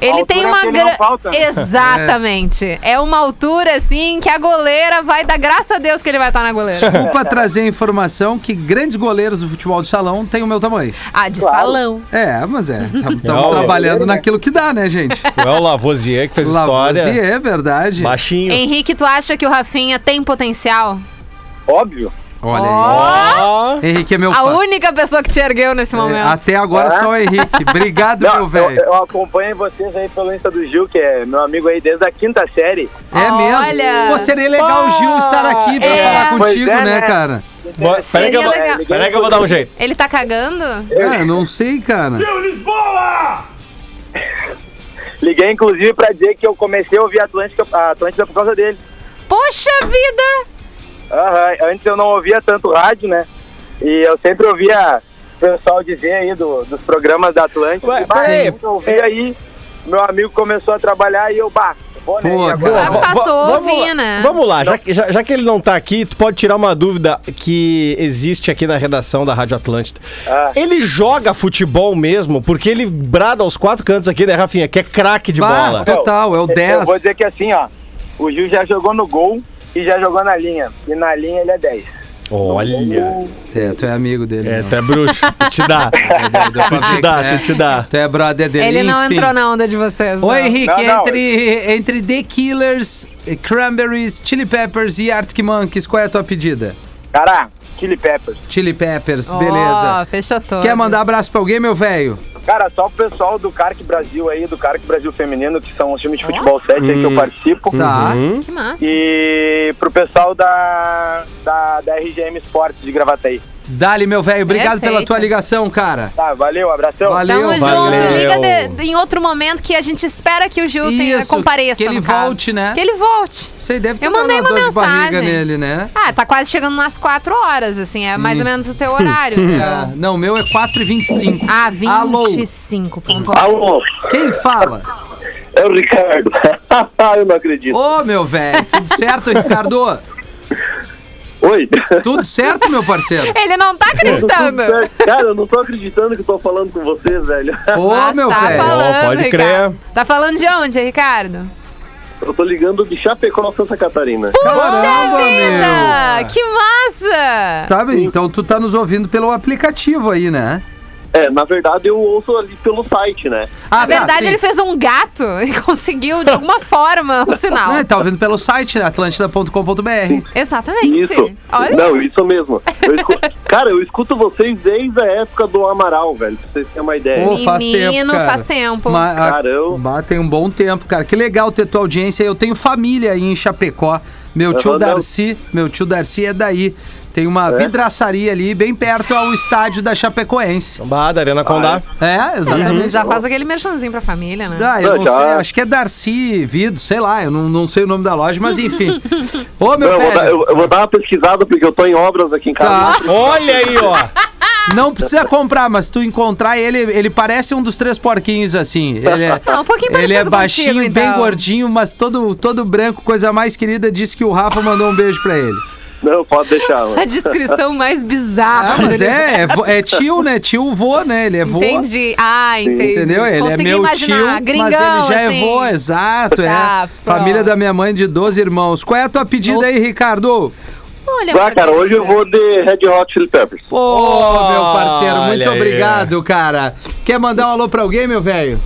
Speaker 5: Ele
Speaker 8: altura
Speaker 5: tem uma
Speaker 8: que ele não falta, né?
Speaker 5: Exatamente. É. uma altura, assim, que a goleira vai dar graça a Deus que ele vai estar
Speaker 3: [LAUGHS]
Speaker 5: na goleira.
Speaker 3: Desculpa trazer a informação que grandes goleiros do futebol de salão têm o meu tamanho.
Speaker 5: Ah, de salão.
Speaker 3: É, mas é, estamos
Speaker 6: Não,
Speaker 3: trabalhando naquilo que dá, né, gente?
Speaker 6: É o Lavoisier que fez
Speaker 3: Lavoisier,
Speaker 6: história.
Speaker 3: é verdade.
Speaker 6: Baixinho.
Speaker 5: Henrique, tu acha que o Rafinha tem potencial?
Speaker 8: Óbvio.
Speaker 3: Olha
Speaker 6: Ó!
Speaker 3: aí. Henrique é meu
Speaker 5: A
Speaker 3: fã.
Speaker 5: única pessoa que te ergueu nesse
Speaker 3: É,
Speaker 5: momento.
Speaker 3: até agora só o
Speaker 6: [LAUGHS]
Speaker 3: Henrique. Obrigado, meu velho.
Speaker 8: acompanho vocês aí pelo Insta do Gil, que é meu amigo aí desde a quinta série.
Speaker 3: É mesmo.
Speaker 5: Olha.
Speaker 3: Pô, seria legal o Gil estar
Speaker 6: Ah,
Speaker 3: aqui pra
Speaker 5: É.
Speaker 3: falar
Speaker 8: Pois
Speaker 3: contigo,
Speaker 8: é,
Speaker 3: né,
Speaker 8: né?
Speaker 3: cara?
Speaker 6: Bo- Peraí que eu
Speaker 5: Seria
Speaker 6: vou-
Speaker 5: legal.
Speaker 6: peraí que eu vou dar um jeito.
Speaker 5: Ele tá cagando?
Speaker 3: Ah, não sei, cara.
Speaker 8: Liguei, inclusive, pra dizer É que eu comecei a ouvir Atlântica, a Atlântida por causa dele.
Speaker 5: Poxa vida!
Speaker 8: Aham, antes eu não ouvia tanto rádio, né? E eu sempre ouvia o pessoal dizer aí do- dos programas da Atlântica.
Speaker 6: Ué,
Speaker 8: E, bah,
Speaker 6: sim.
Speaker 8: é, eu ouvi aí, meu amigo começou a trabalhar e eu, bah, vou né?
Speaker 3: Pô,
Speaker 8: E agora?
Speaker 5: Ah,
Speaker 6: Va- va-
Speaker 5: passou,
Speaker 6: vamos
Speaker 5: vi,
Speaker 6: lá.
Speaker 5: né?
Speaker 6: Vamos lá, já, que- já, já que ele não tá aqui, tu pode tirar uma dúvida que existe aqui na redação da Rádio Atlântida.
Speaker 8: Ah.
Speaker 6: Ele joga futebol mesmo, porque ele brada aos quatro cantos aqui, né, Rafinha? Que é craque de
Speaker 3: Bah,
Speaker 6: bola.
Speaker 3: Total, é o
Speaker 8: Eu-
Speaker 3: 10.
Speaker 8: Eu vou dizer que assim, ó, o Gil já jogou no gol e já jogou na linha. E na linha ele é 10. Uhum.
Speaker 6: Olha.
Speaker 3: É, tu é amigo dele.
Speaker 6: É,
Speaker 3: né?
Speaker 6: tu é bruxo. Tu te dá.
Speaker 3: Deu pra
Speaker 6: Tu
Speaker 3: ver
Speaker 6: te dá,
Speaker 3: que
Speaker 6: tu te dá.
Speaker 3: Tu é brother dele,
Speaker 5: Ele não
Speaker 3: enfim.
Speaker 5: entrou na onda de vocês.
Speaker 3: Ô
Speaker 5: não.
Speaker 3: Henrique,
Speaker 8: Não, não,
Speaker 3: entre, entre The Killers, Cranberries, Chili Peppers e Arctic Monkeys, qual é a tua pedida?
Speaker 8: Cara, Chili Peppers.
Speaker 3: Chili Peppers,
Speaker 5: Ó,
Speaker 3: beleza.
Speaker 5: fechou todo.
Speaker 3: Quer mandar abraço pra alguém, meu velho?
Speaker 8: Cara, só o pessoal do Carc Brasil aí, do Carc Brasil Feminino, que são os times de futebol 7 aí que eu participo.
Speaker 3: Tá.
Speaker 5: Que massa.
Speaker 8: E pro pessoal da, da, da RGM Esportes de Gravataí.
Speaker 3: Dali, meu velho, obrigado
Speaker 5: Perfeito.
Speaker 3: pela tua ligação, cara.
Speaker 8: Tá, valeu, abração.
Speaker 3: Valeu,
Speaker 5: Tamo
Speaker 3: valeu.
Speaker 5: junto, liga de- em outro momento que a gente espera que o Gil tenha,
Speaker 3: Isso,
Speaker 5: compareça.
Speaker 3: que ele
Speaker 5: no caso.
Speaker 3: volte, né?
Speaker 5: Que ele volte.
Speaker 3: Você deve ter
Speaker 5: Eu
Speaker 3: dado
Speaker 5: mandei
Speaker 3: uma
Speaker 5: uma
Speaker 3: dor de barriga
Speaker 5: mensagem.
Speaker 3: nele, né?
Speaker 5: Ah, tá quase chegando nas quatro horas, assim, é
Speaker 3: Hum.
Speaker 5: mais ou menos o teu
Speaker 3: [LAUGHS]
Speaker 5: horário.
Speaker 3: Ah,
Speaker 5: então.
Speaker 3: Não, o meu é 4h25.
Speaker 5: Ah,
Speaker 3: Alô,
Speaker 5: 25 ponto. um.
Speaker 8: Alô,
Speaker 3: quem fala?
Speaker 8: é o Ricardo. [LAUGHS] eu não acredito.
Speaker 3: Ô, meu velho, tudo certo, Ricardo?
Speaker 8: Oi.
Speaker 3: Tudo certo, meu parceiro?
Speaker 5: Ele não
Speaker 6: [LAUGHS]
Speaker 5: tá acreditando.
Speaker 8: Cara, eu não tô acreditando que eu tô falando com vocês, velho.
Speaker 3: Ô,
Speaker 5: Mas
Speaker 3: meu
Speaker 5: tá
Speaker 3: velho.
Speaker 5: falando,
Speaker 6: Ó, pode crer.
Speaker 5: Ricardo. Tá falando de onde, Ricardo?
Speaker 8: Eu tô ligando de Chapecó, Santa Catarina.
Speaker 3: Caramba,
Speaker 5: Puxa vida!
Speaker 3: meu.
Speaker 5: Que massa!
Speaker 3: Tá, bem, então tu tá nos ouvindo pelo aplicativo aí, né?
Speaker 8: É, na verdade eu ouço ali pelo site, né?
Speaker 3: Ah,
Speaker 5: Na verdade,
Speaker 3: sim.
Speaker 5: ele fez um gato [LAUGHS] e conseguiu, de alguma forma, o sinal.
Speaker 3: É, tá ouvindo pelo site, né? atlântida.com.br.
Speaker 5: Exatamente. Olha.
Speaker 8: Não, isso mesmo. Eu escu- [LAUGHS] cara, eu escuto vocês desde a época do Amaral, velho. Pra vocês terem uma ideia.
Speaker 3: Pô, faz
Speaker 5: Menino,
Speaker 3: tempo, cara.
Speaker 5: faz tempo.
Speaker 3: Ma- a-
Speaker 8: Caramba.
Speaker 3: Bah, ah, tem um bom tempo, cara. Que legal ter tua audiência. Eu tenho família aí em Chapecó. Meu tio
Speaker 8: Aham, não.
Speaker 3: Darcy, meu tio Darcy é daí. Tem uma vidraçaria ali bem perto ao estádio da Chapecoense.
Speaker 6: Bah, da Arena Condá.
Speaker 3: É, exatamente.
Speaker 5: Já faz aquele merchanzinho pra família, né?
Speaker 3: Ah, eu não
Speaker 8: Uhum. Já.
Speaker 3: sei, acho que é Darcy Vido, sei lá, eu não, não sei o nome da loja, mas
Speaker 8: [LAUGHS]
Speaker 3: enfim. Ô, meu
Speaker 8: Não, eu, vou dar,
Speaker 3: velho,
Speaker 8: eu- eu vou dar uma pesquisada porque eu tô em obras aqui em casa.
Speaker 3: tá,
Speaker 6: Olha aí, ó.
Speaker 3: não precisa comprar, mas tu encontrar ele, ele parece um dos três porquinhos, assim. Ele
Speaker 5: [LAUGHS]
Speaker 3: é,
Speaker 5: Ah, um pouquinho parecido
Speaker 3: ele é
Speaker 5: contigo,
Speaker 3: baixinho, bem
Speaker 5: então.
Speaker 3: gordinho, mas todo, todo branco, coisa mais querida, disse que o Rafa mandou um beijo pra ele.
Speaker 8: Não, pode deixar.
Speaker 5: A descrição mais
Speaker 3: Ah,
Speaker 5: bizarra.
Speaker 3: mas é, é, vo- é tio, né? Tio vô, né? Ele é vô.
Speaker 5: Entendi. Ah, entendi.
Speaker 3: Entendeu? Ele
Speaker 5: Consegui
Speaker 3: é meu
Speaker 5: imaginar.
Speaker 3: tio,
Speaker 5: Gringão,
Speaker 3: mas ele já
Speaker 5: assim.
Speaker 3: é vô, exato,
Speaker 5: Tá,
Speaker 3: é. Família
Speaker 5: pronto.
Speaker 3: da minha mãe de 12 irmãos. Qual é a tua pedida aí, Ricardo? é
Speaker 5: Olha,
Speaker 8: Ah, cara,
Speaker 5: Matheus,
Speaker 8: hoje eu vou de Red Hot Chili Peppers.
Speaker 3: Ô, meu parceiro, muito
Speaker 6: Olha aí.
Speaker 3: obrigado, cara. Quer mandar um alô pra alguém, meu velho?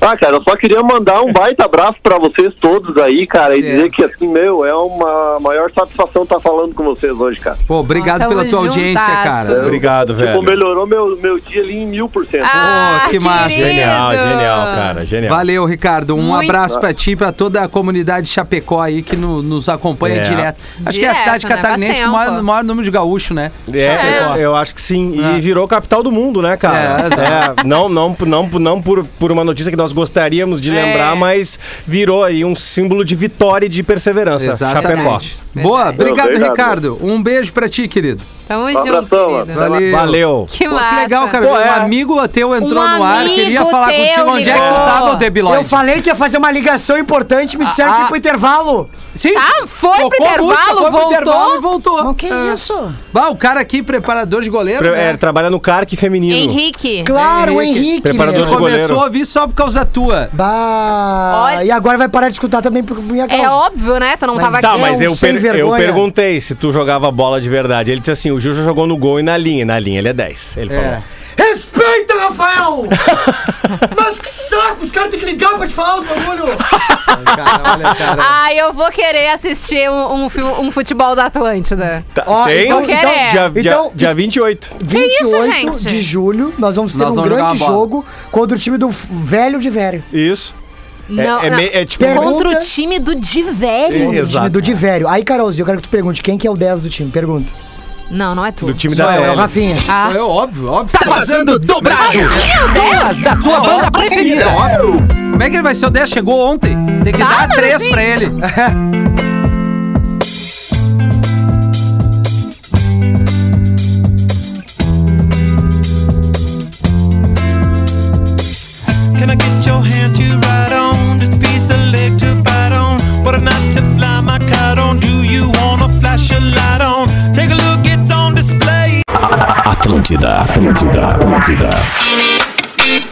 Speaker 8: Ah, cara, eu só queria mandar um baita abraço pra vocês todos aí, cara, e
Speaker 3: É.
Speaker 8: dizer que, assim, meu, é uma maior satisfação estar falando com vocês hoje, cara.
Speaker 3: Pô, obrigado
Speaker 5: Ó, tamo
Speaker 3: pela tua audiência,
Speaker 5: juntasso.
Speaker 3: cara.
Speaker 6: Obrigado, velho.
Speaker 8: Tipo, melhorou meu, meu dia ali em mil por cento.
Speaker 9: Ah,
Speaker 3: Ô, que massa.
Speaker 6: Genial,
Speaker 5: Ah, querido.
Speaker 6: genial, cara. Genial.
Speaker 3: Valeu, Ricardo. Um
Speaker 5: Muito.
Speaker 3: abraço pra ti e pra toda a comunidade Chapecó aí que no- nos acompanha
Speaker 6: É.
Speaker 3: direto. Acho que é a
Speaker 5: Direto,
Speaker 3: cidade
Speaker 5: né? Faz
Speaker 3: catarinense com o maior,
Speaker 5: tempo.
Speaker 3: maior número de gaúcho, né?
Speaker 6: É,
Speaker 3: Chapecó.
Speaker 6: eu acho que sim. E
Speaker 3: É.
Speaker 6: virou capital do mundo, né,
Speaker 3: É,
Speaker 6: cara?
Speaker 3: exato.
Speaker 6: É, não, não, não, não por, por uma notícia que nós gostaríamos de
Speaker 5: É.
Speaker 6: lembrar, mas virou aí um símbolo de vitória e de perseverança. Chapecó.
Speaker 3: Exatamente. Boa,
Speaker 5: Verdade.
Speaker 3: obrigado,
Speaker 8: Obrigado.
Speaker 3: Ricardo. Um beijo pra ti, querido.
Speaker 5: Tamo
Speaker 8: Um abração,
Speaker 5: junto,
Speaker 8: mano.
Speaker 5: querido.
Speaker 3: Valeu.
Speaker 6: Valeu.
Speaker 5: Que
Speaker 3: Pô,
Speaker 5: massa.
Speaker 3: que legal, cara.
Speaker 6: Pô,
Speaker 3: um
Speaker 6: é.
Speaker 3: amigo teu entrou
Speaker 5: Um
Speaker 3: no ar, queria
Speaker 5: amigo
Speaker 3: falar
Speaker 5: teu
Speaker 3: contigo onde é que tu
Speaker 5: ligou.
Speaker 3: tava, o Debilóide.
Speaker 4: Eu falei que ia fazer uma ligação importante, me disseram
Speaker 3: Ah,
Speaker 4: que
Speaker 3: ah.
Speaker 4: ia pro intervalo.
Speaker 3: Sim.
Speaker 5: Ah, foi pro
Speaker 3: Tocou a
Speaker 5: intervalo,
Speaker 3: foi pro
Speaker 5: voltou?
Speaker 3: intervalo e voltou.
Speaker 4: Mas que
Speaker 5: é
Speaker 3: Ah.
Speaker 4: isso?
Speaker 3: Bah, o cara aqui, preparador de goleiro,
Speaker 6: Pre-
Speaker 3: né?
Speaker 6: é, trabalha no CARC feminino.
Speaker 5: Henrique.
Speaker 4: Claro,
Speaker 3: Henrique.
Speaker 4: o Henrique.
Speaker 6: Preparador
Speaker 4: meu.
Speaker 6: de goleiro.
Speaker 3: Começou a vir só por causa tua.
Speaker 4: Bah,
Speaker 5: Olha-
Speaker 4: E agora vai parar de escutar também por minha causa.
Speaker 5: É óbvio, né? Tu não
Speaker 4: Mas
Speaker 5: tava
Speaker 6: Tá,
Speaker 5: aqui.
Speaker 6: mas
Speaker 4: é um
Speaker 6: eu,
Speaker 4: sem
Speaker 6: per- eu
Speaker 4: vergonha.
Speaker 6: perguntei se tu jogava bola de verdade. Ele disse assim: o Juju jogou no gol e na linha. E Na linha ele é 10. Ele falou.
Speaker 3: É.
Speaker 4: Respeita,
Speaker 5: [LAUGHS]
Speaker 4: Rafael! Mas que saco, os caras têm que ligar pra te falar os bagulho.
Speaker 3: Cara, olha, cara.
Speaker 5: Ah, eu vou querer assistir um, um, fi- um futebol da Atlântida.
Speaker 6: Tá,
Speaker 4: Ó,
Speaker 6: tem?
Speaker 4: então-
Speaker 5: então-
Speaker 6: dia, dia,
Speaker 4: então-
Speaker 6: dia 28.
Speaker 4: 28
Speaker 5: gente?
Speaker 4: de julho, nós vamos ter
Speaker 3: Nós
Speaker 4: um
Speaker 3: vamos jogar
Speaker 4: grande
Speaker 3: uma bola.
Speaker 4: jogo contra o time do f- velho de velho.
Speaker 6: Isso. É,
Speaker 5: Não,
Speaker 6: é
Speaker 5: não.
Speaker 6: me- é tipo.
Speaker 4: Pergunta-
Speaker 5: Contra o time do Divério.
Speaker 4: O time
Speaker 6: Exato.
Speaker 4: do de velho. Aí, Carolzinho, eu quero que tu pergunte quem que é o 10 do time. Pergunta.
Speaker 5: Não, não é tu.
Speaker 6: Do time
Speaker 4: Sou
Speaker 6: da
Speaker 4: eu, é o
Speaker 6: L.
Speaker 4: Rafinha.
Speaker 5: Ah.
Speaker 3: É óbvio, óbvio.
Speaker 1: Tá vazando dobrado. Duas da tua banda preferida.
Speaker 3: Óbvio. Como é que ele vai ser o 10? Chegou ontem. Tem
Speaker 1: Tá,
Speaker 3: que dar
Speaker 5: mas
Speaker 3: três
Speaker 5: assim-
Speaker 3: pra ele.
Speaker 10: Can I get your hand to ride on? This piece of leg to bite on? What a night to fly my kite on? Do you wanna flash a light on? Take a look, it's on display.
Speaker 1: Atlântida, Atlântida, Atlântida.
Speaker 5: E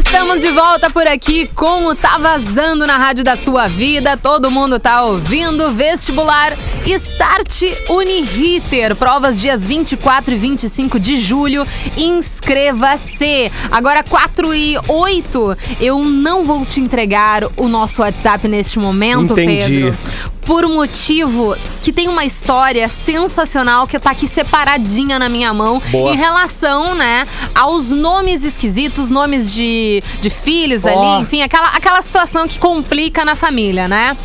Speaker 5: Estamos de volta por aqui com o Tá Vazando na Rádio da Tua Vida. Todo mundo tá ouvindo. Vestibular Start Uniriter. Provas dias 24 e 25 de julho. Inscreva-se. Agora 4 e 8. Eu não vou te entregar o nosso WhatsApp neste momento,
Speaker 6: Entendi.
Speaker 5: Pedro. Por um motivo que tem uma história sensacional que tá aqui separadinha na minha mão
Speaker 6: Boa.
Speaker 5: em relação, né, aos nomes esquisitos, nomes de, de filhos é, ali, enfim, aquela, aquela situação que complica na família, né?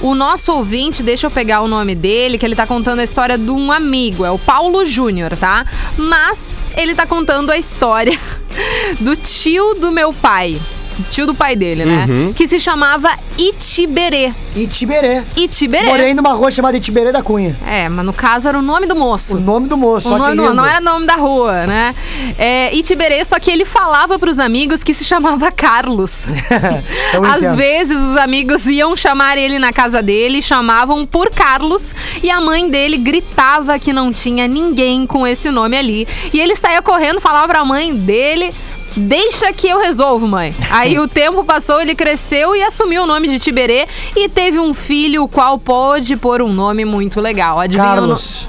Speaker 5: O nosso ouvinte, deixa eu pegar o nome dele, que ele tá contando a história de um amigo, é o Paulo Júnior, tá? Mas ele tá contando a história [LAUGHS] do tio do meu pai. Tio do pai dele, né? Que se chamava Itiberê.
Speaker 4: Itiberê.
Speaker 5: Itiberê.
Speaker 4: Morei numa rua chamada Itiberê da Cunha.
Speaker 5: É, mas no caso era o nome do moço.
Speaker 4: O nome do moço,
Speaker 5: O
Speaker 4: só
Speaker 5: nome
Speaker 4: que
Speaker 5: do-
Speaker 4: lindo.
Speaker 5: não era nome da rua, né? É, Itiberê, só que ele falava pros amigos que se
Speaker 4: [LAUGHS]
Speaker 5: chamava Carlos.
Speaker 4: Então Eu
Speaker 5: Às
Speaker 4: entendo.
Speaker 5: vezes os amigos iam chamar ele na casa dele, chamavam por Carlos, e a mãe dele gritava que não tinha ninguém com esse nome ali. E ele saía correndo, falava pra mãe dele. Deixa que eu resolvo, mãe.
Speaker 4: [LAUGHS]
Speaker 5: Aí o tempo passou, ele cresceu e assumiu o nome de Tiberê e teve um filho, o qual pôde pôr um nome muito legal. Adivinha o no-
Speaker 4: Carlos.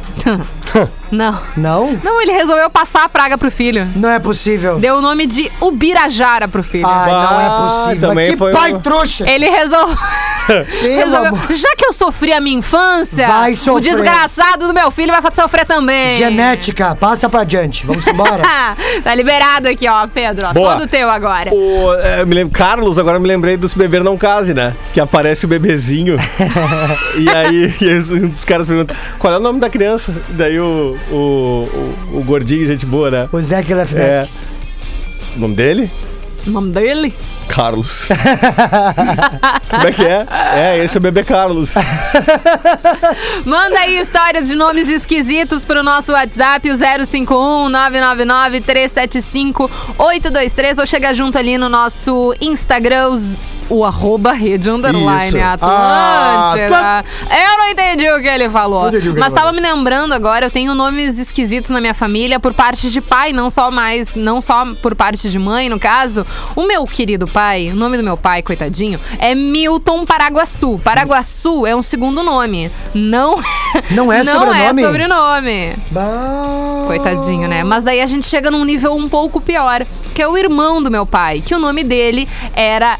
Speaker 5: Não.
Speaker 4: Não?
Speaker 5: Não, ele resolveu passar a praga pro filho.
Speaker 4: Não é possível.
Speaker 5: Deu o nome de Ubirajara pro filho.
Speaker 4: Ai, não é
Speaker 6: Ah,
Speaker 4: possível.
Speaker 6: também
Speaker 4: que
Speaker 6: foi
Speaker 4: pai
Speaker 6: um-
Speaker 4: trouxa.
Speaker 5: Ele resol-
Speaker 4: Pelo amor.
Speaker 5: [LAUGHS] resolveu. Já que É, eu sofri a minha infância,
Speaker 4: Vai
Speaker 5: o
Speaker 4: sofrer.
Speaker 5: desgraçado do meu filho vai sofrer também. [LAUGHS]
Speaker 4: Genética, passa pra diante. Vamos embora.
Speaker 5: tá liberado aqui, ó, Pedro. Ó,
Speaker 6: Boa.
Speaker 5: Todo teu agora.
Speaker 6: O, é, me lembro, Carlos, agora me lembrei do Se Beber Não Case, né? Que aparece o bebezinho. [LAUGHS] e aí e aí os- um dos caras pergunta: qual é o nome da criança? Daí o, o, o, o gordinho, gente boa, né?
Speaker 4: o Zé que
Speaker 6: É.
Speaker 4: Lefnesk.
Speaker 6: O nome dele?
Speaker 5: O nome dele?
Speaker 6: Carlos. Como é que é? É, esse é o bebê Carlos.
Speaker 5: Manda aí histórias de nomes esquisitos pro nosso WhatsApp, o 051 999 375 823 ou chega junto ali no nosso Instagram, os- o arroba rede underline
Speaker 6: Isso.
Speaker 5: Atlântida.
Speaker 4: Ah,
Speaker 5: É, Eu não entendi o que ele falou.
Speaker 4: entendi o que ele
Speaker 5: Mas tava me lembrando agora, eu tenho nomes esquisitos na minha família por parte de pai, não só mais, não só por parte de mãe, no caso. O meu querido pai, o nome do meu pai, coitadinho, é Milton Paraguaçu. Paraguaçu é um segundo nome. Não
Speaker 4: Não é
Speaker 5: [LAUGHS] Não é
Speaker 4: sobrenome?
Speaker 5: sobrenome.
Speaker 4: Bah.
Speaker 5: Coitadinho, né? Mas daí a gente chega num nível um pouco pior, que é o irmão do meu pai, que o nome dele era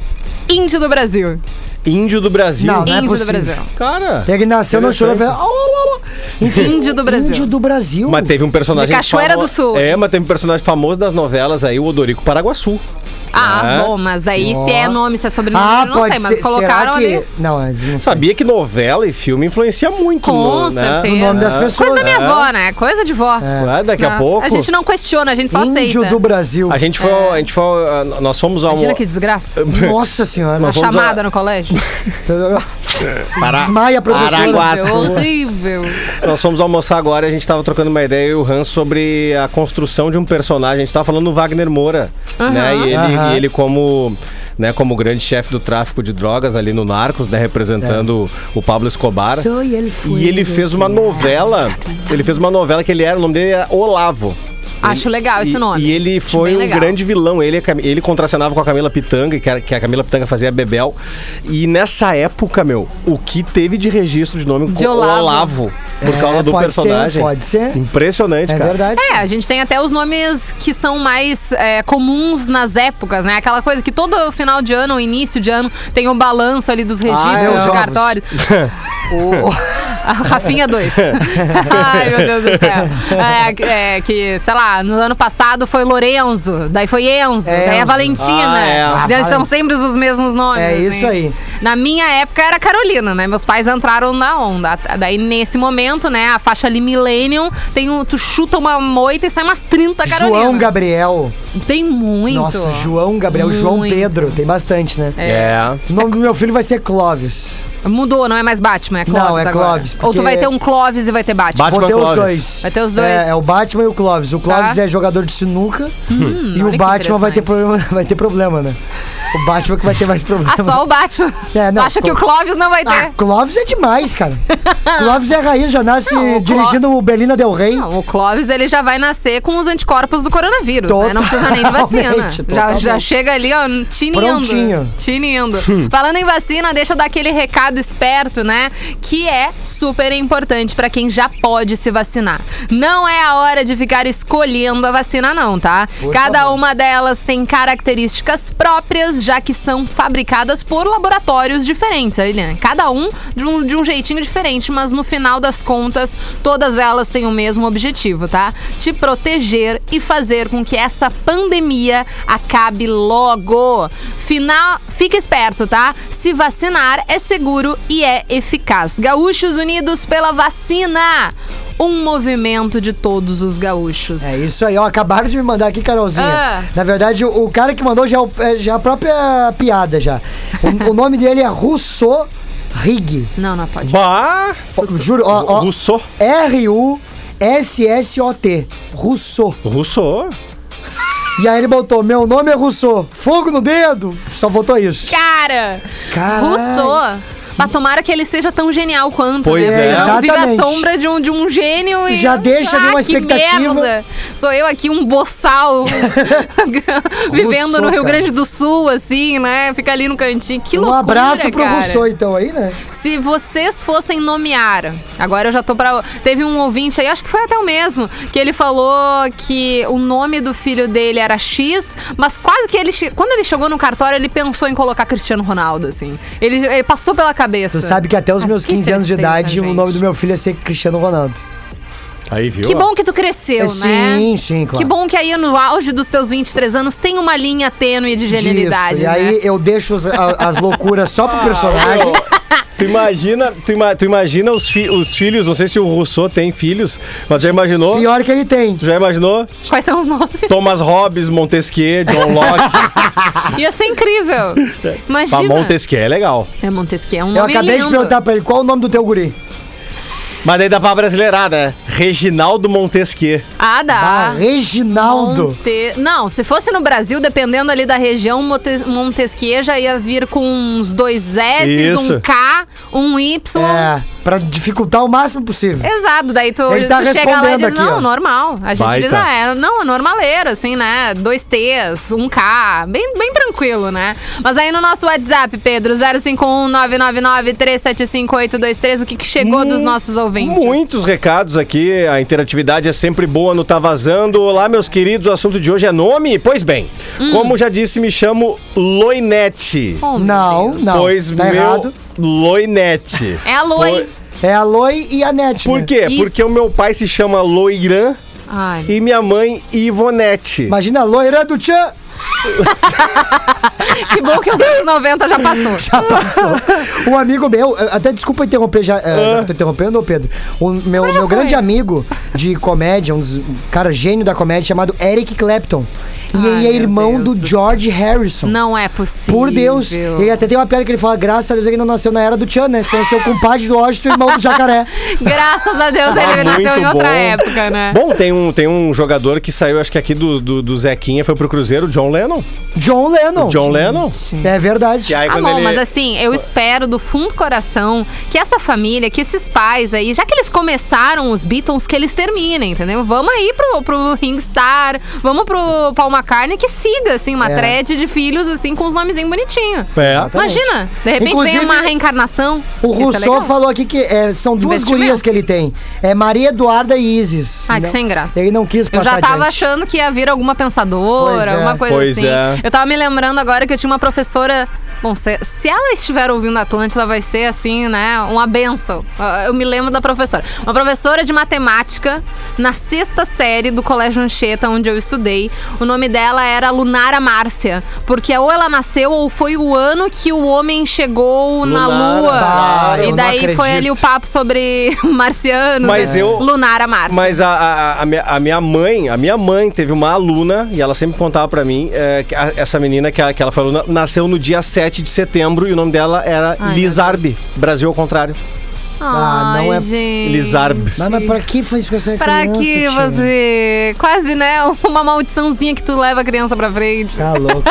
Speaker 5: Índio do Brasil.
Speaker 6: Índio do Brasil.
Speaker 4: Não, não é
Speaker 5: Índio do
Speaker 4: possível.
Speaker 5: Brasil.
Speaker 6: Cara.
Speaker 4: Tem que nascer, não chorou.
Speaker 6: Interessante.
Speaker 4: fez- Au, au, au. Enfim,
Speaker 5: Índio do Brasil.
Speaker 4: Índio do Brasil.
Speaker 6: Mas teve um personagem.
Speaker 5: De Cachoeira
Speaker 6: famo-
Speaker 5: do Sul.
Speaker 6: É, mas teve um personagem famoso das novelas aí, o Odorico Paraguaçu.
Speaker 5: Ah,
Speaker 6: É.
Speaker 5: bom, mas daí se é nome, se é sobrenome,
Speaker 4: ah,
Speaker 5: eu não
Speaker 4: pode
Speaker 5: sei, mas
Speaker 4: ser. Será
Speaker 5: colocaram
Speaker 4: que...
Speaker 5: ali.
Speaker 4: Não, mas não sei.
Speaker 6: Sabia que novela e filme influencia muito
Speaker 5: Com
Speaker 6: no, né?
Speaker 5: certeza.
Speaker 4: O nome das pessoas.
Speaker 5: Coisa da minha
Speaker 6: É.
Speaker 5: avó, né? Coisa de vó.
Speaker 6: Ah, daqui a
Speaker 5: Não,
Speaker 6: pouco.
Speaker 5: A gente não questiona, a gente só
Speaker 4: Índio
Speaker 5: aceita.
Speaker 4: do Brasil.
Speaker 6: A gente foi. A gente foi a- nós fomos ao.
Speaker 5: Imagina que desgraça.
Speaker 6: [LAUGHS]
Speaker 4: Nossa senhora.
Speaker 5: Uma
Speaker 6: Nós vamos
Speaker 5: chamada
Speaker 6: a-
Speaker 5: no colégio.
Speaker 4: Um Desmaia,
Speaker 6: Araguá.
Speaker 4: professora.
Speaker 5: Horrível, horrível.
Speaker 6: Nós fomos almoçar agora e a gente tava trocando uma ideia, eu e o Hans, sobre a construção de um personagem. A gente tava falando do Wagner Moura, né? E ele,
Speaker 4: Aham.
Speaker 6: e ele como... Né, como grande chefe do tráfico de drogas ali no Narcos, né, representando
Speaker 4: É.
Speaker 6: o Pablo Escobar.
Speaker 4: Sou ele foi.
Speaker 6: E ele fez uma novela. Ele fez uma novela que ele era, o nome dele era Olavo.
Speaker 5: Acho legal esse
Speaker 6: E-
Speaker 5: nome.
Speaker 6: E ele
Speaker 5: Acho
Speaker 6: foi
Speaker 5: bem
Speaker 6: um
Speaker 5: legal.
Speaker 6: grande vilão. Ele, e a Cam- ele contracenava com a Camila Pitanga, que, era- que a Camila Pitanga fazia a Bebel. E nessa época, meu, o que teve de registro de nome
Speaker 5: De
Speaker 6: com
Speaker 5: Olavo.
Speaker 6: Olavo por
Speaker 4: É,
Speaker 6: causa do
Speaker 4: pode
Speaker 6: personagem.
Speaker 4: ser, pode ser.
Speaker 6: Impressionante,
Speaker 4: É
Speaker 6: cara.
Speaker 4: verdade.
Speaker 5: É, a gente tem até os nomes que são mais é, comuns nas épocas, né? Aquela coisa que todo final de ano, ou início de ano, tem o balanço ali dos
Speaker 4: Ah,
Speaker 5: registros,
Speaker 4: é, os
Speaker 5: dos
Speaker 4: ovos. [LAUGHS]
Speaker 5: cartórios. A Rafinha 2. Ai, meu Deus do céu. É, que- É, que, sei lá, no ano passado foi Lorenzo, daí foi Enzo, daí
Speaker 4: É Enzo.
Speaker 5: a Valentina.
Speaker 6: Ah, é. Ah,
Speaker 5: Daí são
Speaker 4: Valen-
Speaker 5: sempre os mesmos nomes.
Speaker 4: É isso
Speaker 5: né?
Speaker 4: aí.
Speaker 5: Na minha época era Carolina, né? Meus pais entraram na onda. Daí, nesse momento, né, a faixa ali Millennium, tem um, tu chuta uma moita e sai umas 30 Carolina.
Speaker 4: João Gabriel.
Speaker 5: Tem muito.
Speaker 4: Nossa, João Gabriel. João
Speaker 5: Muito.
Speaker 4: Pedro. Tem bastante, né?
Speaker 6: É.
Speaker 4: O nome do meu filho vai ser Clóvis.
Speaker 5: Mudou, não é mais Batman, é Clóvis
Speaker 4: Não, é
Speaker 5: agora.
Speaker 4: Clóvis,
Speaker 5: Ou tu
Speaker 4: porque-
Speaker 5: vai ter um Clóvis e vai ter Batman.
Speaker 6: Batman
Speaker 4: Botei os
Speaker 6: Clóvis.
Speaker 4: dois.
Speaker 5: Vai ter os dois.
Speaker 4: É, é o Batman e o Clóvis. O Clóvis
Speaker 5: Tá. Hum,
Speaker 4: é jogador de sinuca e
Speaker 5: olha
Speaker 4: o
Speaker 5: que
Speaker 4: Batman vai ter,
Speaker 5: interessante.
Speaker 4: problema, [LAUGHS] vai ter problema, né? O Batman que vai ter mais problema.
Speaker 5: Ah, só o Batman.
Speaker 4: É, não,
Speaker 5: Tu acha que o
Speaker 4: Cló-
Speaker 5: Clóvis não vai
Speaker 4: Ah,
Speaker 5: ter?
Speaker 4: Clóvis é demais, cara.
Speaker 5: [LAUGHS]
Speaker 4: Clóvis é a raiz, já nasce
Speaker 5: Não, o Cló-
Speaker 4: dirigindo o Belina Del Rey.
Speaker 5: Não, o Clóvis ele já vai nascer com os anticorpos do coronavírus, né? Não precisa nem de vacina.
Speaker 4: Totalmente,
Speaker 5: Já, já
Speaker 4: totalmente.
Speaker 5: chega ali, ó, tinindo.
Speaker 4: Prontinho. Hum.
Speaker 5: Tinindo. Falando em vacina, deixa eu dar aquele recado esperto, né? Que é super importante pra quem já pode se vacinar. Não é a hora de ficar escolhendo a vacina, não, tá? Cada uma delas tem características próprias, já que são fabricadas por laboratórios diferentes, Eliane. Cada um de, um de um jeitinho diferente, mas no final das contas, todas elas têm o mesmo objetivo, tá? Te proteger e fazer com que essa pandemia acabe logo. Final, fica esperto, tá? Se vacinar é seguro e é eficaz. Gaúchos Unidos pela vacina! Um movimento de todos os gaúchos.
Speaker 4: É isso aí, ó. Acabaram de me mandar aqui, Carolzinha.
Speaker 5: Ah.
Speaker 4: Na verdade, o, o cara que mandou já, é o- é já a própria piada já. O, o nome dele é Rousseau Rig.
Speaker 5: Não, é não pode.
Speaker 6: Bah!
Speaker 4: Juro, ó, ó.
Speaker 6: Rousseau.
Speaker 4: R-U-S-S-O-T. Rousseau.
Speaker 6: Rousseau.
Speaker 4: E aí ele botou: Meu nome é Rousseau. Fogo no dedo. Só botou isso.
Speaker 5: Cara!
Speaker 4: Caralho.
Speaker 5: Rousseau. Bah, tomara que ele seja tão genial quanto,
Speaker 6: Pois
Speaker 5: né?
Speaker 6: é.
Speaker 5: Senão vira a
Speaker 4: Exatamente.
Speaker 5: sombra de um, de um gênio e. Ah,
Speaker 4: Já deixa ali uma
Speaker 5: que
Speaker 4: expectativa.
Speaker 5: merda. Sou eu aqui, um boçal, um
Speaker 4: [LAUGHS]
Speaker 5: vivendo
Speaker 4: Rousseau,
Speaker 5: no Rio
Speaker 4: cara.
Speaker 5: Grande do Sul, assim, né? Fica ali no cantinho. Que
Speaker 4: um
Speaker 5: loucura.
Speaker 4: abraço pro
Speaker 5: cara.
Speaker 4: Rousseau, então, aí, né?
Speaker 5: Se vocês fossem nomear, agora eu já tô pra. Teve um ouvinte aí, acho que foi até o mesmo, que ele falou que o nome do filho dele era X, mas quase que ele. che- Quando ele chegou no cartório, ele pensou em colocar Cristiano Ronaldo, assim. Ele, ele passou pela cabeça.
Speaker 4: Tu sabe que até os
Speaker 5: Ah,
Speaker 4: meus
Speaker 5: que
Speaker 4: 15 anos de
Speaker 5: tristeza,
Speaker 4: idade, o
Speaker 5: gente.
Speaker 4: nome do meu filho ia ser Cristiano Ronaldo.
Speaker 6: Aí, viu?
Speaker 5: Que bom que tu cresceu, né?
Speaker 4: É, Sim, sim, claro.
Speaker 5: Que bom que aí no auge dos teus 23 anos tem uma linha tênue de genialidade.
Speaker 4: Disso. E
Speaker 5: né? Ah,
Speaker 4: aí eu deixo os- a- as loucuras só pro
Speaker 5: tá
Speaker 4: personagem.
Speaker 6: [LAUGHS] Tu imagina, tu, ima- tu imagina os, fi- os filhos, não sei se o Rousseau tem filhos, mas já imaginou?
Speaker 4: Pior que ele tem.
Speaker 6: Tu já imaginou?
Speaker 5: Quais são os nomes?
Speaker 6: Thomas Hobbes,
Speaker 5: [LAUGHS]
Speaker 6: Montesquieu, John Locke.
Speaker 4: Ah.
Speaker 5: Ia ser incrível. Imagina.
Speaker 6: Ah, Montesquieu é legal.
Speaker 5: É Montesquieu, é um
Speaker 4: Eu
Speaker 5: nome
Speaker 4: acabei
Speaker 5: lindo.
Speaker 4: de perguntar pra ele qual o nome do teu guri.
Speaker 6: Mas daí dá pra brasileirar, né? Reginaldo Montesquieu.
Speaker 5: Ah,
Speaker 4: Ah,
Speaker 5: dá.
Speaker 4: Reginaldo.
Speaker 5: Monte- Não, se fosse no Brasil, dependendo ali da região, Monte- Montesquieu já ia vir com uns dois S, um
Speaker 6: Isso.
Speaker 5: K, um Y.
Speaker 4: É, pra dificultar o máximo possível.
Speaker 5: Exato, daí tu,
Speaker 4: Ele tá
Speaker 5: tu chega lá e
Speaker 4: respondendo
Speaker 5: diz,
Speaker 4: aqui,
Speaker 5: não,
Speaker 4: ó.
Speaker 5: normal. A gente
Speaker 6: Baita.
Speaker 5: diz, ah, é, não, é normaleiro, assim, né? Dois T's, um K, bem, bem tranquilo, né? Mas aí no nosso WhatsApp, Pedro, 051-999-375823, o que, que chegou dos nossos ouvintes?
Speaker 6: Muitos recados aqui, a interatividade é sempre boa no Tá Vazando. Olá, meus queridos, o assunto de hoje é nome? Pois bem,
Speaker 5: Hum.
Speaker 6: como já disse, me chamo Loinete.
Speaker 5: Oh, meu
Speaker 4: Não,
Speaker 5: Deus.
Speaker 4: não.
Speaker 6: pois
Speaker 4: tá
Speaker 6: meu
Speaker 4: errado.
Speaker 5: [LAUGHS]
Speaker 6: Loinete.
Speaker 5: É a Loi.
Speaker 4: É a Loi e a Net.
Speaker 6: Por
Speaker 4: né?
Speaker 6: quê?
Speaker 5: Isso.
Speaker 6: Porque o meu pai se chama Loiran
Speaker 5: Ai,
Speaker 6: e minha mãe Ivonete.
Speaker 4: Imagina a loira do Tchan.
Speaker 5: que bom que os anos 90 já
Speaker 4: [LAUGHS]
Speaker 5: passou.
Speaker 4: Já passou. Um amigo meu, eh, até desculpa interromper, já, eh, já
Speaker 5: Ah.
Speaker 4: tô interrompendo, ô Pedro. O meu, meu grande amigo de comédia, um dos- um cara gênio da comédia, chamado Eric Clapton. E
Speaker 5: Ai,
Speaker 4: ele é
Speaker 5: meu
Speaker 4: irmão
Speaker 5: Deus
Speaker 4: do,
Speaker 5: do
Speaker 4: George Harrison.
Speaker 5: Não é possível.
Speaker 4: Por Deus. Ele é- até tem uma piada que ele fala: graças a Deus ele não nasceu na era do Tchan, né? Você nasceu compadre do Washington, irmão do jacaré.
Speaker 5: Graças a Deus
Speaker 6: Ah,
Speaker 5: ele nasceu
Speaker 6: muito
Speaker 5: em outra
Speaker 6: bom.
Speaker 5: época, né?
Speaker 6: Bom, tem um, tem um jogador que saiu, acho que aqui do, do, do Zequinha, foi pro Cruzeiro, John Lennon.
Speaker 4: John Lennon.
Speaker 6: John Lennon.
Speaker 4: É verdade.
Speaker 6: Que aí
Speaker 5: Ah,
Speaker 6: quando
Speaker 5: bom,
Speaker 6: ele-
Speaker 5: mas assim, eu espero do fundo do coração que essa família, que esses pais aí, já que eles começaram os Beatles, que eles terminem, entendeu? Vamos aí pro, pro Ringstar, vamos pro Paul McCartney, que siga, assim, uma
Speaker 4: É.
Speaker 5: thread de filhos, assim, com os nomezinhos bonitinhos.
Speaker 6: É.
Speaker 4: Exatamente.
Speaker 5: Imagina, de repente
Speaker 4: Inclusive,
Speaker 5: vem uma reencarnação.
Speaker 4: O
Speaker 5: Isso é
Speaker 4: Rousseau
Speaker 5: legal.
Speaker 4: falou aqui que eh, são duas
Speaker 5: Investimento.
Speaker 4: gurias que ele tem. É Maria Eduarda e Isis.
Speaker 5: Ah, que
Speaker 4: Não-
Speaker 5: sem graça.
Speaker 4: Ele não quis
Speaker 5: Eu
Speaker 4: passar
Speaker 5: já tava
Speaker 4: adiante.
Speaker 5: achando que ia vir alguma pensadora,
Speaker 4: Pois é.
Speaker 5: alguma coisa
Speaker 6: Pois
Speaker 5: assim.
Speaker 6: é.
Speaker 5: Eu tava me lembrando agora que eu tinha uma professora. Bom, se, se ela estiver ouvindo a Atlântida, vai ser assim, né? Uma benção. Ah, Eu me lembro da professora. Uma professora de matemática na sexta série do Colégio Anchieta, onde eu estudei. O nome dela era Lunara Márcia. Porque ou ela nasceu ou foi o ano que o homem chegou na
Speaker 6: Lunara,
Speaker 5: Lua.
Speaker 4: bah, eu
Speaker 5: e
Speaker 4: não
Speaker 5: daí foi ali
Speaker 4: acredito.
Speaker 5: o papo sobre [LAUGHS] marcianos.
Speaker 6: Mas
Speaker 5: né?
Speaker 6: eu-
Speaker 5: Lunara Márcia.
Speaker 6: Mas a, a, a minha, a minha mãe, a minha mãe teve uma aluna, e ela sempre contava pra mim, é, que a- essa menina que, ela- que ela foi aluna, nasceu no dia 7 de setembro e o nome dela era
Speaker 5: Ai,
Speaker 6: Lizarbe. Brasil ao contrário.
Speaker 4: Ah,
Speaker 5: Ai,
Speaker 4: não é
Speaker 5: gente.
Speaker 6: Lizarbe.
Speaker 4: Mas, mas pra que foi isso com essa
Speaker 5: Pra
Speaker 4: criança,
Speaker 5: que
Speaker 4: tia?
Speaker 5: você. Quase, né? [LAUGHS] Uma maldiçãozinha que tu leva a criança pra frente. [LAUGHS]
Speaker 4: Tá louco.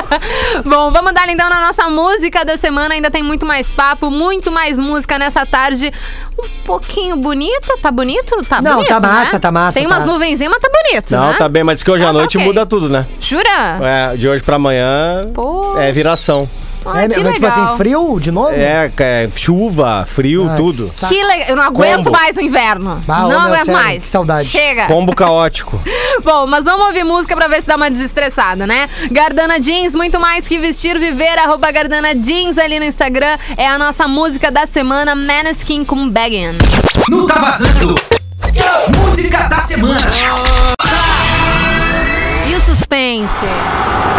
Speaker 5: Bom, vamos dar então na nossa música da semana. Ainda tem muito mais papo, muito mais música nessa tarde. Um pouquinho bonita, tá bonito? Tá
Speaker 4: Não,
Speaker 5: bonito,
Speaker 4: tá massa,
Speaker 5: né?
Speaker 4: tá massa,
Speaker 5: Tem umas
Speaker 4: tá.
Speaker 5: nuvenzinhas, mas tá bonito,
Speaker 6: Não,
Speaker 5: né?
Speaker 6: tá bem, mas diz que hoje
Speaker 5: Ah, tá
Speaker 6: à noite
Speaker 5: ok.
Speaker 6: muda tudo, né?
Speaker 5: Jura?
Speaker 6: É, de hoje pra amanhã
Speaker 5: Poxa.
Speaker 6: é viração.
Speaker 5: Ai,
Speaker 4: é,
Speaker 5: que
Speaker 4: vai,
Speaker 5: legal.
Speaker 4: tipo assim, frio de novo?
Speaker 6: É, é chuva, frio,
Speaker 4: Ah, que
Speaker 6: tudo.
Speaker 4: saco.
Speaker 5: Que legal. Eu não aguento
Speaker 6: Combo.
Speaker 5: mais o inverno.
Speaker 4: Bah, ô,
Speaker 5: não
Speaker 4: meu,
Speaker 5: aguento
Speaker 4: sério,
Speaker 5: mais.
Speaker 4: que saudade.
Speaker 5: Chega.
Speaker 6: Combo
Speaker 5: [LAUGHS]
Speaker 6: caótico.
Speaker 5: Bom, mas vamos ouvir música pra ver se dá uma desestressada, né? Gardana Jeans, muito mais que vestir, viver, arroba Gardana Jeans ali no Instagram. É a nossa música da semana, Maneskin com Baggin.
Speaker 3: Não tá vazando! Música da semana!
Speaker 5: E o suspense?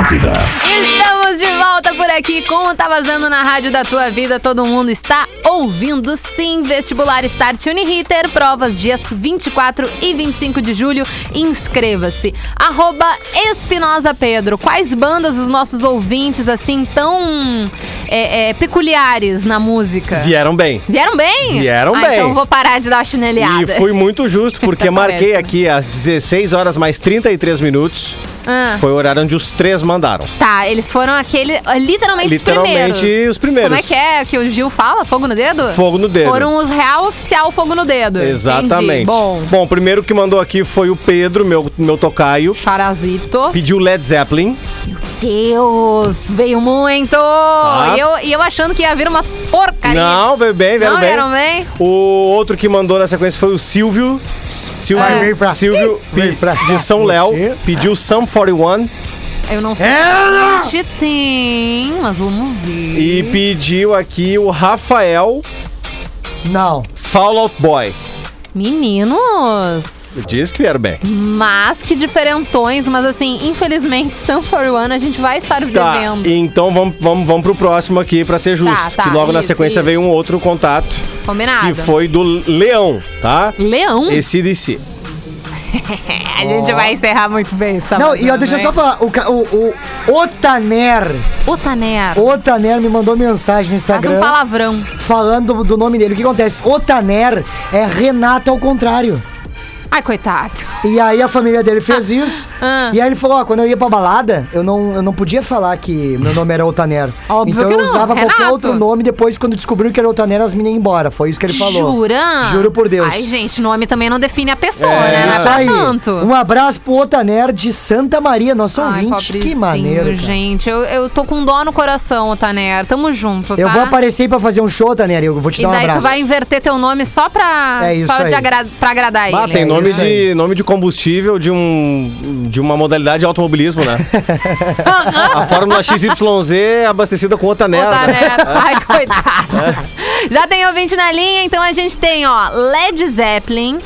Speaker 5: Estamos de volta por aqui com o Tá Vazando na Rádio da Tua Vida. Todo mundo está ouvindo sim. Vestibular Start Uniriter, provas dias 24 e 25 de julho. Inscreva-se. Arroba Espinosa Pedro. Quais bandas os nossos ouvintes, assim, tão é, é, peculiares na música?
Speaker 6: Vieram bem.
Speaker 5: Vieram bem?
Speaker 6: Vieram
Speaker 5: Ah,
Speaker 6: bem.
Speaker 5: Então eu vou parar de dar uma
Speaker 6: E
Speaker 5: chinelhada.
Speaker 6: fui muito justo, porque
Speaker 5: Parece,
Speaker 6: marquei
Speaker 5: né?
Speaker 6: aqui às 16 horas mais 33 minutos.
Speaker 5: Ah,
Speaker 6: Foi o horário onde os três mandaram.
Speaker 5: tá, eles foram aquele, literalmente, os primeiros.
Speaker 6: Literalmente os primeiros.
Speaker 5: Como é que é que o Gil fala? Fogo no dedo?
Speaker 6: Fogo no dedo.
Speaker 5: Foram os real oficial fogo no dedo.
Speaker 6: Exatamente.
Speaker 5: Entendi. Bom,
Speaker 6: Bom, o primeiro que mandou aqui foi o Pedro, meu, meu tocaio.
Speaker 5: Charazito.
Speaker 6: Pediu Led Zeppelin.
Speaker 5: Deus, veio muito! E, eu, e eu achando que ia vir umas porcarias.
Speaker 6: Tá. Não, veio bem, veio
Speaker 5: Não
Speaker 6: bem.
Speaker 5: vieram bem?
Speaker 6: O outro que mandou na sequência foi o Silvio. Silvio,
Speaker 5: É.
Speaker 4: Vai, vem pra-
Speaker 6: Silvio
Speaker 4: vem
Speaker 6: pe-
Speaker 4: pra cá,
Speaker 6: de São Léo.
Speaker 4: você.
Speaker 6: Pediu Sum 41
Speaker 5: Eu
Speaker 6: É.
Speaker 5: não sei
Speaker 4: Ela!
Speaker 5: se tem, mas vamos ver.
Speaker 6: e pediu aqui o Rafael
Speaker 4: Não.
Speaker 6: Fallout Boy.
Speaker 5: Meninos!
Speaker 6: Diz que vieram bem.
Speaker 5: Mas que diferentões, mas assim, infelizmente, Sun for One a gente vai estar
Speaker 6: Tá,
Speaker 5: devendo.
Speaker 6: então vamos, vamos, vamos pro próximo aqui pra ser justo.
Speaker 5: tá,
Speaker 6: que logo na
Speaker 5: isso,
Speaker 6: sequência
Speaker 5: isso.
Speaker 6: veio um outro contato
Speaker 5: Combinado.
Speaker 6: que foi do Leão, tá?
Speaker 5: Leão?
Speaker 6: Esse DC.
Speaker 5: A gente vai encerrar muito bem essa né?
Speaker 4: Não, e ó, deixa eu só falar. O, ca- o, o Otaner.
Speaker 5: Puta merda.
Speaker 4: Otaner me mandou mensagem no
Speaker 5: Faz um
Speaker 4: Instagram
Speaker 5: palavrão.
Speaker 4: falando do, do nome dele. O que acontece? Otaner é Renata ao contrário.
Speaker 5: Ai, coitado.
Speaker 4: E aí a família dele fez isso.
Speaker 5: Ah.
Speaker 4: E aí ele falou, ó, quando eu ia pra balada, eu não, eu não podia falar que meu nome era Otaner.
Speaker 5: Óbvio
Speaker 4: então
Speaker 5: que
Speaker 4: eu
Speaker 5: não,
Speaker 4: usava qualquer
Speaker 5: Renato.
Speaker 4: outro nome, depois quando descobriu que era Otaner, as meninas iam embora. Foi isso que ele falou.
Speaker 5: Jura?
Speaker 4: Juro por Deus.
Speaker 5: Ai, gente, nome também não define a pessoa, né? Não é
Speaker 4: Isso
Speaker 5: pra
Speaker 4: aí.
Speaker 5: tanto.
Speaker 4: Um abraço pro Otaner de Santa Maria, nosso
Speaker 5: Ai,
Speaker 4: ouvinte. Que
Speaker 5: pobrecinho,
Speaker 4: maneiro. cara.
Speaker 5: gente. Eu, eu tô com dó no coração, Otaner. Tamo junto, tá?
Speaker 4: Eu vou aparecer aí pra fazer um show, Otaner. Eu vou te
Speaker 5: E
Speaker 4: dar um
Speaker 5: daí
Speaker 4: abraço.
Speaker 5: tu vai inverter teu nome só pra,
Speaker 4: É isso
Speaker 5: só
Speaker 4: aí.
Speaker 5: de agra- pra agradar
Speaker 6: Ah,
Speaker 5: ele.
Speaker 6: tem nome
Speaker 4: isso aí.
Speaker 6: de, nome de combustível de, um, de uma modalidade de automobilismo, né?
Speaker 5: [LAUGHS]
Speaker 6: a Fórmula XYZ é abastecida com outra
Speaker 5: Ô,
Speaker 6: nela. né?
Speaker 5: Tanera, Ai, coitado. né? Já tem ouvinte na linha, então a gente tem, ó, Led Zeppelin.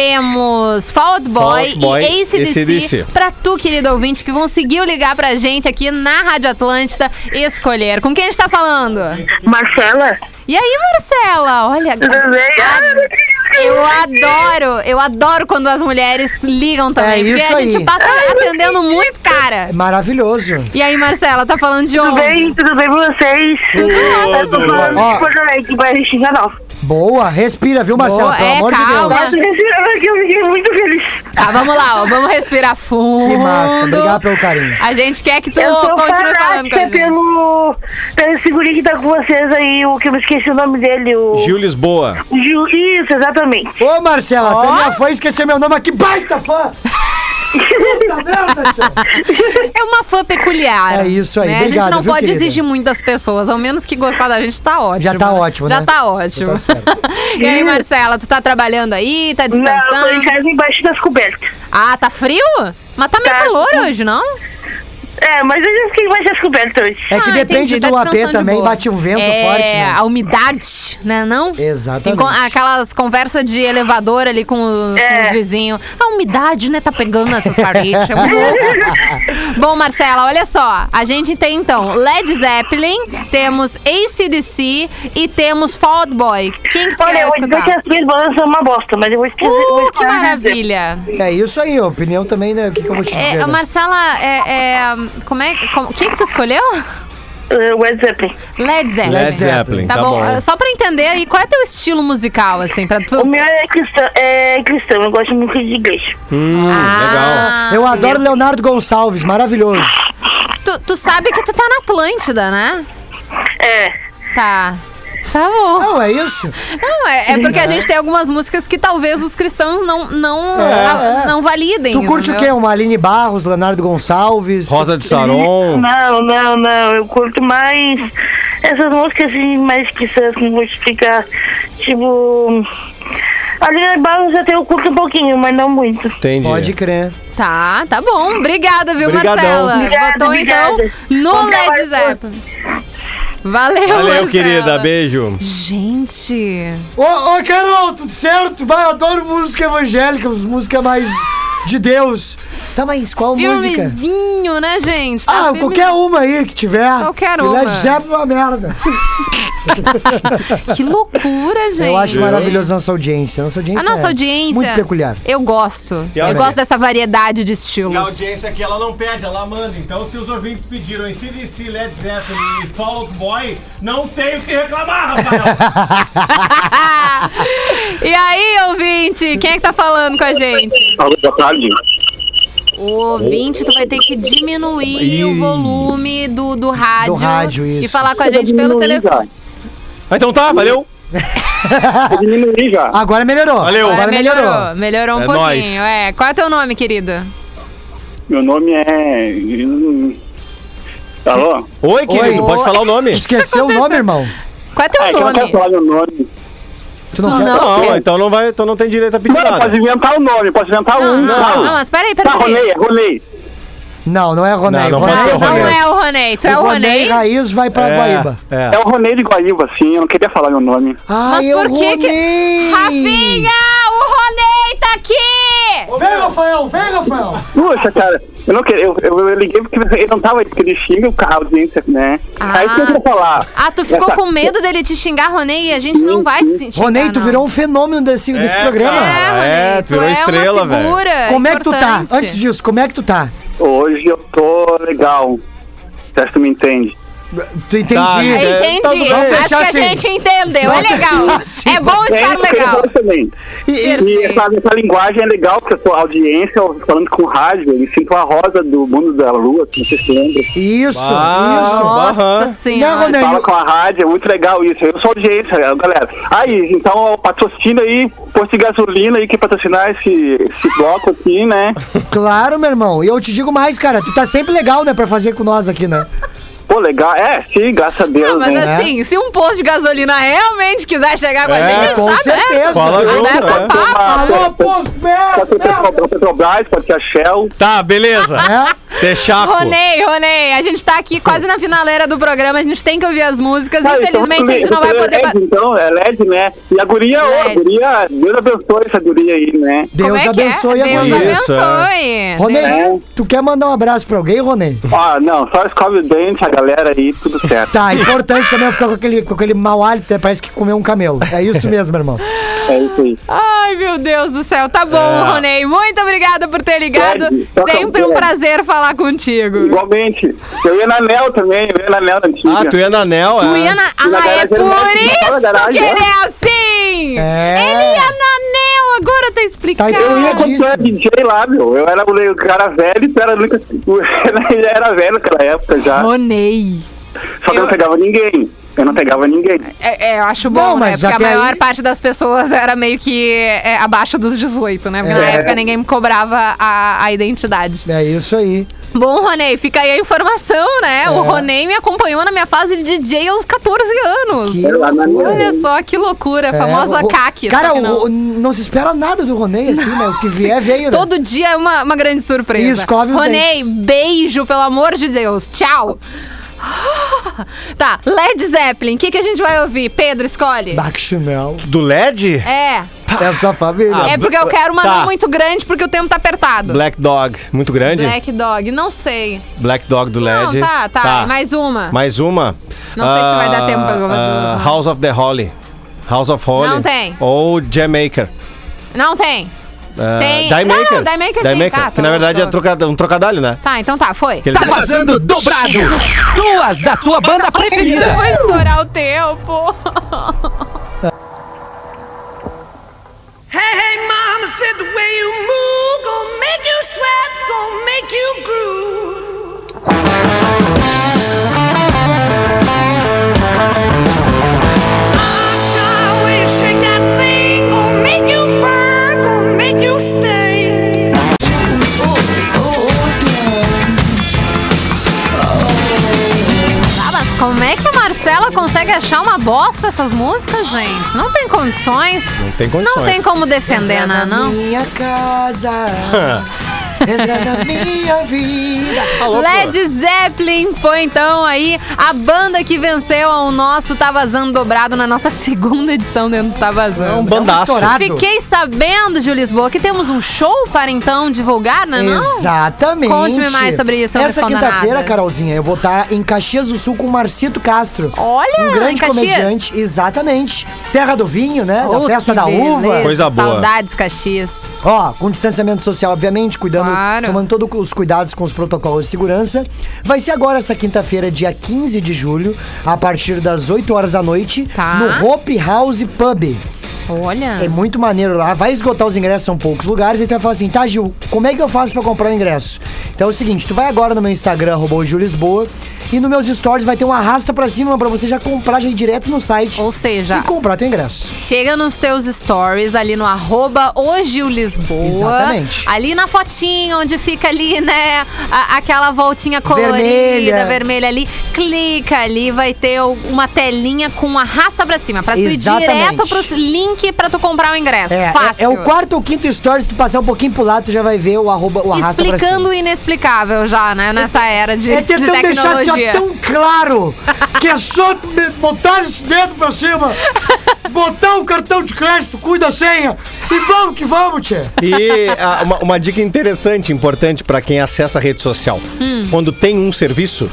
Speaker 5: Temos Fall Out Boy,
Speaker 6: Fall Out Boy
Speaker 5: e
Speaker 6: AC/DC.
Speaker 5: ACDC. Pra tu, querido ouvinte, que conseguiu ligar pra gente aqui na Rádio Atlântida e escolher. Com quem a gente tá falando?
Speaker 9: Marcela?
Speaker 5: E aí, Marcela? Olha,
Speaker 9: Tudo Ah, bem?
Speaker 5: Eu adoro, eu adoro quando as mulheres ligam também,
Speaker 4: É
Speaker 5: porque
Speaker 4: isso
Speaker 5: a gente
Speaker 4: aí.
Speaker 5: passa atendendo muito, cara.
Speaker 4: É maravilhoso.
Speaker 5: E aí, Marcela, tá falando de
Speaker 9: Tudo
Speaker 5: onde?
Speaker 9: bem? Tudo bem com vocês? Eu tô falando
Speaker 4: Ó.
Speaker 9: de Porto Alegre, bairro de Xinganó.
Speaker 4: Boa, respira, viu, Marcelo?
Speaker 5: Boa,
Speaker 4: Pelo
Speaker 5: é,
Speaker 4: amor
Speaker 5: calma.
Speaker 4: de Deus.
Speaker 9: Posso respirar que [LAUGHS] eu fiquei muito feliz.
Speaker 5: Tá, vamos lá, ó, vamos respirar fundo.
Speaker 4: Que massa. Obrigado pelo carinho.
Speaker 5: A gente quer que tu
Speaker 9: eu sou um
Speaker 5: continue falando com a
Speaker 9: fanática
Speaker 5: gente.
Speaker 9: pelo, pelo segurinho que tá com vocês aí, o que eu me esqueci o nome dele. O...
Speaker 6: Gil Lisboa.
Speaker 9: Gil- Isso, exatamente.
Speaker 4: Ô, Marcela, tu minha fã esqueceu meu nome aqui. Baita fã! Puta merda, tio.
Speaker 5: É uma fã peculiar.
Speaker 4: É isso aí,
Speaker 5: né? A gente
Speaker 4: obrigado,
Speaker 5: não
Speaker 4: viu,
Speaker 5: pode
Speaker 4: querida?
Speaker 5: exigir muito das pessoas, ao menos que gostar da gente tá ótimo.
Speaker 4: Já tá ótimo,
Speaker 5: Já
Speaker 4: né?
Speaker 5: tá ótimo.
Speaker 4: Tá certo.
Speaker 5: [LAUGHS] e aí, Marcela, tu tá trabalhando aí, tá
Speaker 9: Não, eu tô em
Speaker 5: descansando?
Speaker 9: casa embaixo das cobertas.
Speaker 5: ah, tá frio? Mas tá meio
Speaker 9: Tá.
Speaker 5: calor hoje, não?
Speaker 9: É, mas eu já fiquei embaixo das cobertas hoje.
Speaker 4: É que
Speaker 5: Ah,
Speaker 4: depende
Speaker 5: entendi, tá
Speaker 4: do
Speaker 5: descansando
Speaker 4: AP
Speaker 5: de
Speaker 4: também,
Speaker 5: boa.
Speaker 4: bate um vento
Speaker 5: É,
Speaker 4: forte, né?
Speaker 5: a umidade, né não?
Speaker 4: Exatamente.
Speaker 5: Encon- Aquelas conversas de elevador ali com os,
Speaker 9: É.
Speaker 5: com os vizinhos. A umidade, né, tá pegando essas paredes. é
Speaker 9: [LAUGHS]
Speaker 5: um horror. Bom, Marcela, olha só. A gente tem, então, Led Zeppelin, temos ACDC e temos Fall Out Boy. Quem que tu
Speaker 9: Olha,
Speaker 5: quer
Speaker 9: eu vou dizer
Speaker 5: escutar?
Speaker 9: que as três bandas são é uma bosta, mas eu vou esquecer. eu vou
Speaker 5: Uh, que
Speaker 9: esquecer.
Speaker 5: maravilha.
Speaker 4: É isso aí, ó, opinião também, né? O que, que eu vou te dizer?
Speaker 5: É,
Speaker 4: né?
Speaker 5: Marcela, é, é, como é, como, quem que tu escolheu?
Speaker 9: Eh, Led Zeppelin.
Speaker 5: Led Zeppelin.
Speaker 6: Led
Speaker 4: Led
Speaker 6: Zeppelin,
Speaker 4: Zeppelin,
Speaker 5: Tá, bom. Ah, Só pra entender aí, qual é teu estilo musical, assim, pra tu...
Speaker 9: O meu é cristão, é cristão, eu gosto muito de igreja.
Speaker 6: Hum, legal.
Speaker 5: Ah,
Speaker 4: Eu adoro Leonardo Gonçalves, maravilhoso.
Speaker 5: Tu, tu sabe que tu tá na Atlântida, né?
Speaker 9: É.
Speaker 5: Tá. Tá bom.
Speaker 4: Não, é isso?
Speaker 5: Não, é, é porque a
Speaker 4: né?
Speaker 5: gente tem algumas músicas que talvez os cristãos não, não,
Speaker 4: É,
Speaker 5: a-
Speaker 4: é.
Speaker 5: não validem.
Speaker 4: Tu curte o quê?
Speaker 5: entendeu?
Speaker 4: Uma Aline Barros, Leonardo Gonçalves.
Speaker 6: Rosa de
Speaker 8: Hum.
Speaker 6: Saron.
Speaker 9: Não, não, não. Eu curto mais essas músicas assim, mais cristãs, que não vou te explicar. Tipo. Aline Barros até eu curto um pouquinho, mas não muito.
Speaker 6: Entendi.
Speaker 4: Pode crer.
Speaker 5: Tá, tá bom. Obrigada, viu,
Speaker 6: Obrigadão.
Speaker 5: Marcela?
Speaker 9: Obrigada,
Speaker 5: Botou
Speaker 9: obrigada.
Speaker 5: então no
Speaker 9: Bom
Speaker 5: Led
Speaker 9: trabalho,
Speaker 5: Zeppelin. Valeu,
Speaker 6: Valeu,
Speaker 5: Marcela.
Speaker 6: querida. Beijo.
Speaker 5: Gente,
Speaker 4: Ô, ô, Carol, tudo certo? Vai, eu adoro música evangélica, as músicas mais de Deus. Tá, mas qual música?
Speaker 5: filmezinho, né, gente? Tá
Speaker 4: Ah,
Speaker 5: filme-
Speaker 4: qualquer uma aí que tiver.
Speaker 5: Qualquer
Speaker 4: Que
Speaker 5: uma. [LAUGHS]
Speaker 4: Led Zeppelin é uma merda.
Speaker 5: Que loucura, gente.
Speaker 4: um. Eu acho maravilhoso a nossa audiência. Nossa
Speaker 5: A
Speaker 4: audiência
Speaker 5: nossa
Speaker 4: é
Speaker 5: audiência.
Speaker 4: Muito peculiar.
Speaker 5: Eu gosto.
Speaker 6: E a
Speaker 5: Eu
Speaker 6: audiência?
Speaker 5: gosto dessa variedade de
Speaker 6: E a
Speaker 5: estilos.
Speaker 6: audiência aqui, ela não pede, ela manda. Então, se os ouvintes pediram CDC, Led Zeppelin e Fall Out Boy, não tem o que reclamar, Rafael.
Speaker 5: [LAUGHS] E aí, ouvinte? Quem é que tá falando com a gente?
Speaker 8: Alô, boa tarde.
Speaker 5: O ouvinte, tu vai ter que diminuir o volume do, do rádio,
Speaker 4: rádio,
Speaker 5: e
Speaker 4: isso.
Speaker 5: falar com a gente pelo telefone.
Speaker 6: Ah, então tá, valeu.
Speaker 8: Eu É diminuí já.
Speaker 4: Agora melhorou.
Speaker 6: Valeu.
Speaker 4: Agora melhorou.
Speaker 5: melhorou. Melhorou um
Speaker 6: É
Speaker 5: pouquinho.
Speaker 6: nóis.
Speaker 5: É. Qual é teu nome, querido?
Speaker 8: Meu nome é. Alô?
Speaker 6: Oi, querido,
Speaker 5: Oi.
Speaker 6: pode falar o nome.
Speaker 4: Esqueceu o nome, irmão?
Speaker 5: Qual é teu
Speaker 8: É que eu não
Speaker 5: nome?
Speaker 8: quero falar meu nome.
Speaker 4: Tu não, quer?
Speaker 6: Não, então não, vai, então não tem direito a pedir
Speaker 8: Mano, posso
Speaker 6: nada.
Speaker 8: inventar o nome, posso inventar
Speaker 5: Não,
Speaker 8: um.
Speaker 5: não,
Speaker 8: tá?
Speaker 5: não, mas peraí,
Speaker 8: Tá,
Speaker 5: peraí.
Speaker 8: rolei, rolei.
Speaker 4: Não, não é Ronei.
Speaker 6: Não, não pode
Speaker 5: Não,
Speaker 6: ser
Speaker 5: não,
Speaker 6: o Ronei.
Speaker 5: é o Ronei. Tu é o Ronei?
Speaker 4: Raiz vai pra Guaíba.
Speaker 6: É.
Speaker 8: É o Ronei de Guaíba, sim, eu não queria falar meu nome.
Speaker 4: Ah,
Speaker 5: Mas
Speaker 4: eu
Speaker 5: por que que-
Speaker 4: Ronei.
Speaker 5: Rafinha, o Ronei tá aqui!
Speaker 4: Vem, Rafael, vem, Rafael.
Speaker 8: Puxa, cara, eu não queria, eu, eu, eu liguei porque ele não tava aí, porque ele xinga o ca- a audiência, né?
Speaker 5: Ah.
Speaker 8: Aí o que eu queria falar?
Speaker 5: Ah, tu ficou
Speaker 8: Essa-
Speaker 5: com medo dele te xingar, Ronei, e a gente não vai te xingar,
Speaker 4: Ronei, tu
Speaker 5: Tá, não.
Speaker 4: virou um fenômeno desse, nesse
Speaker 6: É,
Speaker 4: programa.
Speaker 5: É,
Speaker 6: Ah, é,
Speaker 5: Ronei,
Speaker 6: tu
Speaker 5: tu
Speaker 6: virou
Speaker 5: é
Speaker 6: estrela,
Speaker 5: uma figura
Speaker 4: Como é que tu tá?
Speaker 5: importante.
Speaker 4: Antes disso, como é que tu tá?
Speaker 8: Hoje eu tô legal. Você tu me entende?
Speaker 4: Tu entendi. né?
Speaker 6: Tá,
Speaker 5: Eu
Speaker 6: É, tá tudo
Speaker 5: entendi.
Speaker 6: bem.
Speaker 5: Acho que
Speaker 4: Deixa
Speaker 5: a
Speaker 4: assim.
Speaker 5: gente entendeu. É legal. É bom estar
Speaker 8: Tem que
Speaker 5: legal.
Speaker 8: eu também.
Speaker 4: E- e-
Speaker 8: E
Speaker 5: Perfeito.
Speaker 8: essa, essa linguagem é legal, porque a sua audiência, eu falando com rádio, eu me sinto a rosa do mundo da lua, se você se lembra.
Speaker 4: Isso,
Speaker 6: Ah,
Speaker 4: isso.
Speaker 5: Nossa
Speaker 6: Aham.
Speaker 4: Não,
Speaker 5: senhora.
Speaker 4: Ronei,
Speaker 8: Fala com a rádio, é muito legal isso. Eu sou audiência, galera. Aí, então, ó, patrocina aí, posto de gasolina aí que patrocinar esse, esse bloco aqui, né?
Speaker 4: claro, meu irmão. E eu te digo mais, cara, tu tá sempre legal, né, pra fazer com nós aqui, né?
Speaker 8: Pô, legal. É, sim, graças a Deus,
Speaker 5: Ah, mas
Speaker 8: né?
Speaker 5: assim, se um posto de gasolina realmente quiser chegar com a
Speaker 6: É,
Speaker 5: gente,
Speaker 4: com
Speaker 5: sabe? né?
Speaker 4: certeza.
Speaker 6: Fala
Speaker 5: Ah, Tá
Speaker 6: junto,
Speaker 5: né?
Speaker 6: é.
Speaker 5: Com papo.
Speaker 4: Alô, povo
Speaker 8: Pode ser
Speaker 4: merda!
Speaker 8: Petro- Petrobras, pode ser a Shell.
Speaker 6: Tá, beleza.
Speaker 4: É,
Speaker 6: Deixaco.
Speaker 5: Ronei, Ronei, a gente tá aqui quase na finaleira do programa, a gente tem que ouvir as músicas.
Speaker 8: Ah, então,
Speaker 5: Infelizmente, a gente não vai
Speaker 8: é
Speaker 5: poder.
Speaker 8: LED,
Speaker 5: ba-
Speaker 8: Então, é LED, né? E a guria, ó, a
Speaker 5: LED.
Speaker 8: guria, Deus abençoe essa guria aí, né?
Speaker 4: Deus
Speaker 5: Como é que
Speaker 4: abençoe
Speaker 5: é?
Speaker 4: a
Speaker 5: Deus
Speaker 4: guria.
Speaker 6: Isso,
Speaker 5: abençoe.
Speaker 4: Ronei,
Speaker 8: É.
Speaker 4: tu quer mandar um abraço pra alguém, Ronei?
Speaker 8: Ó, não, só escove o dente, a galera aí, tudo certo.
Speaker 4: Tá, importante também eu ficar com aquele, com aquele mau hálito, né? parece que comeu um camelo. É isso mesmo, meu irmão.
Speaker 8: É
Speaker 5: [LAUGHS]
Speaker 8: isso aí.
Speaker 5: Ai, meu Deus do céu. Tá bom,
Speaker 6: É.
Speaker 5: Ronei. Muito obrigada por ter ligado.
Speaker 8: Pode, toca
Speaker 5: Sempre um
Speaker 8: bola.
Speaker 5: prazer falar contigo.
Speaker 8: Igualmente. Eu ia na Nel também, eu ia na Nel antiga.
Speaker 6: Ah, tu ia na Nel,
Speaker 5: Tu
Speaker 6: é.
Speaker 5: ia na...
Speaker 8: na
Speaker 5: Ah, é
Speaker 8: garagem, né?
Speaker 5: por
Speaker 8: Tava na
Speaker 5: isso que
Speaker 8: garagem,
Speaker 5: ele
Speaker 8: né?
Speaker 5: é assim!
Speaker 4: É.
Speaker 5: Ele ia na anel, agora tá explicado.
Speaker 4: Tá
Speaker 8: Eu ia
Speaker 4: explicado.
Speaker 8: quando tu era
Speaker 4: Disso.
Speaker 8: DJ lá, meu. Eu era o cara velho e [LAUGHS] tu era Lucas. Ele já era velho naquela época já.
Speaker 5: Ronei.
Speaker 8: Só que eu não
Speaker 5: eu-
Speaker 8: pegava ninguém. Eu não pegava ninguém.
Speaker 5: É, é, eu acho bom,
Speaker 4: Não, mas
Speaker 5: né? Porque a
Speaker 4: até
Speaker 5: maior
Speaker 4: aí-
Speaker 5: parte das pessoas era meio que é, abaixo dos 18, né? Porque na
Speaker 4: É.
Speaker 5: época ninguém me cobrava a, a identidade.
Speaker 4: É isso aí.
Speaker 5: Bom, Ronei, fica aí a informação, né? O
Speaker 4: É.
Speaker 5: Ronei me acompanhou na minha fase de DJ aos 14 anos.
Speaker 4: Que
Speaker 8: lá na
Speaker 4: loucura.
Speaker 5: Olha só que loucura, É a
Speaker 4: É,
Speaker 5: famosa
Speaker 4: o-
Speaker 5: CAC. só
Speaker 4: Cara,
Speaker 5: que não.
Speaker 4: o- não se espera nada do Ronei, assim, né? O que vier, veio, né?
Speaker 5: Todo dia é uma, uma grande surpresa.
Speaker 4: E escove os
Speaker 5: Ronei,
Speaker 4: dentes.
Speaker 5: beijo, pelo amor de Deus. Tchau. [LAUGHS] Tá, Led Zeppelin, o que, que a gente vai ouvir? Pedro, escolhe.
Speaker 4: Bachinel.
Speaker 6: Do LED?
Speaker 5: É,
Speaker 4: Essa família.
Speaker 6: Ah,
Speaker 5: é porque eu quero uma
Speaker 6: tá.
Speaker 5: não muito grande, porque o tempo tá apertado.
Speaker 6: Black Dog. Muito grande?
Speaker 5: Black
Speaker 6: Black,
Speaker 5: Dog, não sei.
Speaker 6: Dog do LED.
Speaker 5: Não, tá, tá, mais uma.
Speaker 6: Mais uma.
Speaker 5: Não sei se vai dar
Speaker 6: Ah,
Speaker 5: tempo pra eu fazer
Speaker 6: ah,
Speaker 5: duas, não.
Speaker 6: House of the Holly. House of Holly.
Speaker 5: Não tem.
Speaker 6: Ou Jamaica.
Speaker 5: Não tem.
Speaker 6: Ah,
Speaker 5: Tem.
Speaker 6: Die
Speaker 5: Não,
Speaker 6: Maker.
Speaker 5: não, Die Maker tem, tá,
Speaker 6: que na
Speaker 5: tô-
Speaker 6: verdade
Speaker 5: tô-
Speaker 6: é troca- um trocadilho, né?
Speaker 5: Tá, então tá, foi.
Speaker 6: Que ele-
Speaker 1: Tá
Speaker 6: [LAUGHS]
Speaker 1: vazando dobrado. Duas da tua banda preferida.
Speaker 5: Vou estourar o tempo. [LAUGHS] Tá,
Speaker 10: Hey, hey, mama said the way you move gonna make you sweat, gonna make you groove. Ah, the way you shake that thing, gonna make you burn, gonna make you stay.
Speaker 5: Ah, mas como é que a Marcela consegue achar uma bosta essas músicas, gente? Não tem condições.
Speaker 6: Não tem
Speaker 5: Ah, Não
Speaker 6: condições.
Speaker 5: tem como defender, né? Não.
Speaker 4: Minha casa. Entra na minha vida.
Speaker 5: tá
Speaker 4: Alô,
Speaker 5: Led Zeppelin foi então aí a banda que venceu o nosso Tá Vazando Dobrado na nossa [LAUGHS] segunda edição dentro do Tá
Speaker 4: É
Speaker 5: Vazando.
Speaker 6: um bandaço.
Speaker 4: Tá estourado.
Speaker 5: Fiquei sabendo, Gil Lisboa, que temos um show para então divulgar, né? Não?
Speaker 4: Exatamente.
Speaker 5: Conte-me mais sobre isso, eu não
Speaker 4: Essa
Speaker 5: respondo
Speaker 4: quinta-feira,
Speaker 5: nada.
Speaker 4: Carolzinha, eu vou estar em Caxias do Sul com o Marcito Castro.
Speaker 5: Olha,
Speaker 4: um
Speaker 5: em
Speaker 4: grande
Speaker 5: Caxias.
Speaker 4: comediante, exatamente. Terra do vinho, né?
Speaker 5: Oh,
Speaker 4: da festa
Speaker 5: que
Speaker 4: da uva.
Speaker 5: beleza.
Speaker 6: Coisa boa.
Speaker 5: Saudades, Caxias.
Speaker 4: Ó, com distanciamento social, obviamente, cuidando,
Speaker 5: Claro.
Speaker 4: tomando todos os cuidados com os protocolos de segurança. Vai ser agora essa quinta-feira, dia 15 de julho, a partir das 8 horas da noite,
Speaker 5: Tá.
Speaker 4: no Hope House Pub.
Speaker 5: Olha.
Speaker 4: É muito maneiro lá. Vai esgotar os ingressos, são poucos lugares. Então vai falar assim, tá, Gil, como é que eu faço pra comprar o ingresso? Então é o seguinte, tu vai agora no meu Instagram, arroba o Gil Lisboa, e nos meus stories vai ter um arrasta pra cima pra você já comprar, já ir direto no site
Speaker 5: Ou seja,
Speaker 4: e comprar teu ingresso.
Speaker 5: Chega nos teus stories ali no arroba hoje o Lisboa.
Speaker 4: Exatamente.
Speaker 5: Ali na fotinha, onde fica ali, né, a- aquela voltinha colorida, vermelha.
Speaker 4: Vermelha.
Speaker 5: ali. Clica ali, vai ter o- uma telinha com a raça pra cima. Pra tu ir
Speaker 4: Exatamente.
Speaker 5: direto pro link pra tu comprar o ingresso.
Speaker 4: É, é-
Speaker 5: Fácil.
Speaker 4: é, o quarto ou quinto stories, se tu passar um pouquinho pro lado, tu já vai ver o arroba, o arrasta pra cima.
Speaker 5: Explicando o inexplicável já, né, nessa era de,
Speaker 4: É
Speaker 5: de
Speaker 4: tentando deixar assim, ó,
Speaker 5: tecnologia.
Speaker 4: tão claro que é só tu me- botar esse dedo pra cima, botar o cartão de crédito, cuida a senha e vamos que vamos, tchê.
Speaker 6: E ah, uma, uma dica interessante, importante pra quem acessa a rede social.
Speaker 5: Hum.
Speaker 6: Quando tem um serviço,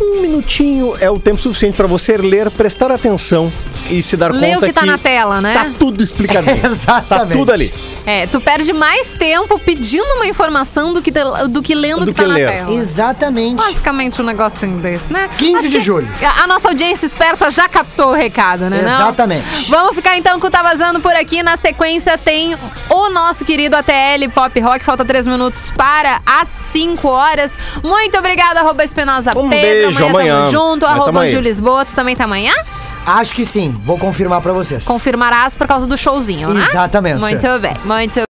Speaker 6: um minutinho é o tempo suficiente pra você ler, prestar atenção e se dar
Speaker 5: Lê o
Speaker 6: conta
Speaker 5: que tá na tela, né?
Speaker 6: tá tudo explicadinho.
Speaker 4: [LAUGHS]
Speaker 6: Tá
Speaker 4: Exatamente.
Speaker 6: tudo ali.
Speaker 5: É, tu perde mais tempo pedindo uma informação do que, te- do que lendo o
Speaker 6: Do
Speaker 5: que, tá
Speaker 6: que ler.
Speaker 5: na tela.
Speaker 4: Exatamente.
Speaker 5: Basicamente um negocinho desse, né?
Speaker 4: 15
Speaker 5: Acho
Speaker 4: de
Speaker 5: que
Speaker 4: julho.
Speaker 5: A a nossa audiência esperta já captou o recado, né? não?
Speaker 4: Exatamente.
Speaker 5: Vamos ficar então com o Tá Vazando por aqui. Na sequência tem o nosso querido ATL Pop Rock. Falta três minutos para as 5 horas. Muito obrigada, arroba Espinosa
Speaker 6: Um
Speaker 5: Pedro.
Speaker 6: beijo, amanhã.
Speaker 5: tamo junto.
Speaker 6: Mas tamo
Speaker 5: Arroba
Speaker 6: aí.
Speaker 5: Gil Lisboa. Tu também tá amanhã?
Speaker 4: Acho que sim. Vou confirmar pra vocês.
Speaker 5: Confirmarás por causa do showzinho, né?
Speaker 4: Exatamente.
Speaker 5: Muito bem, muito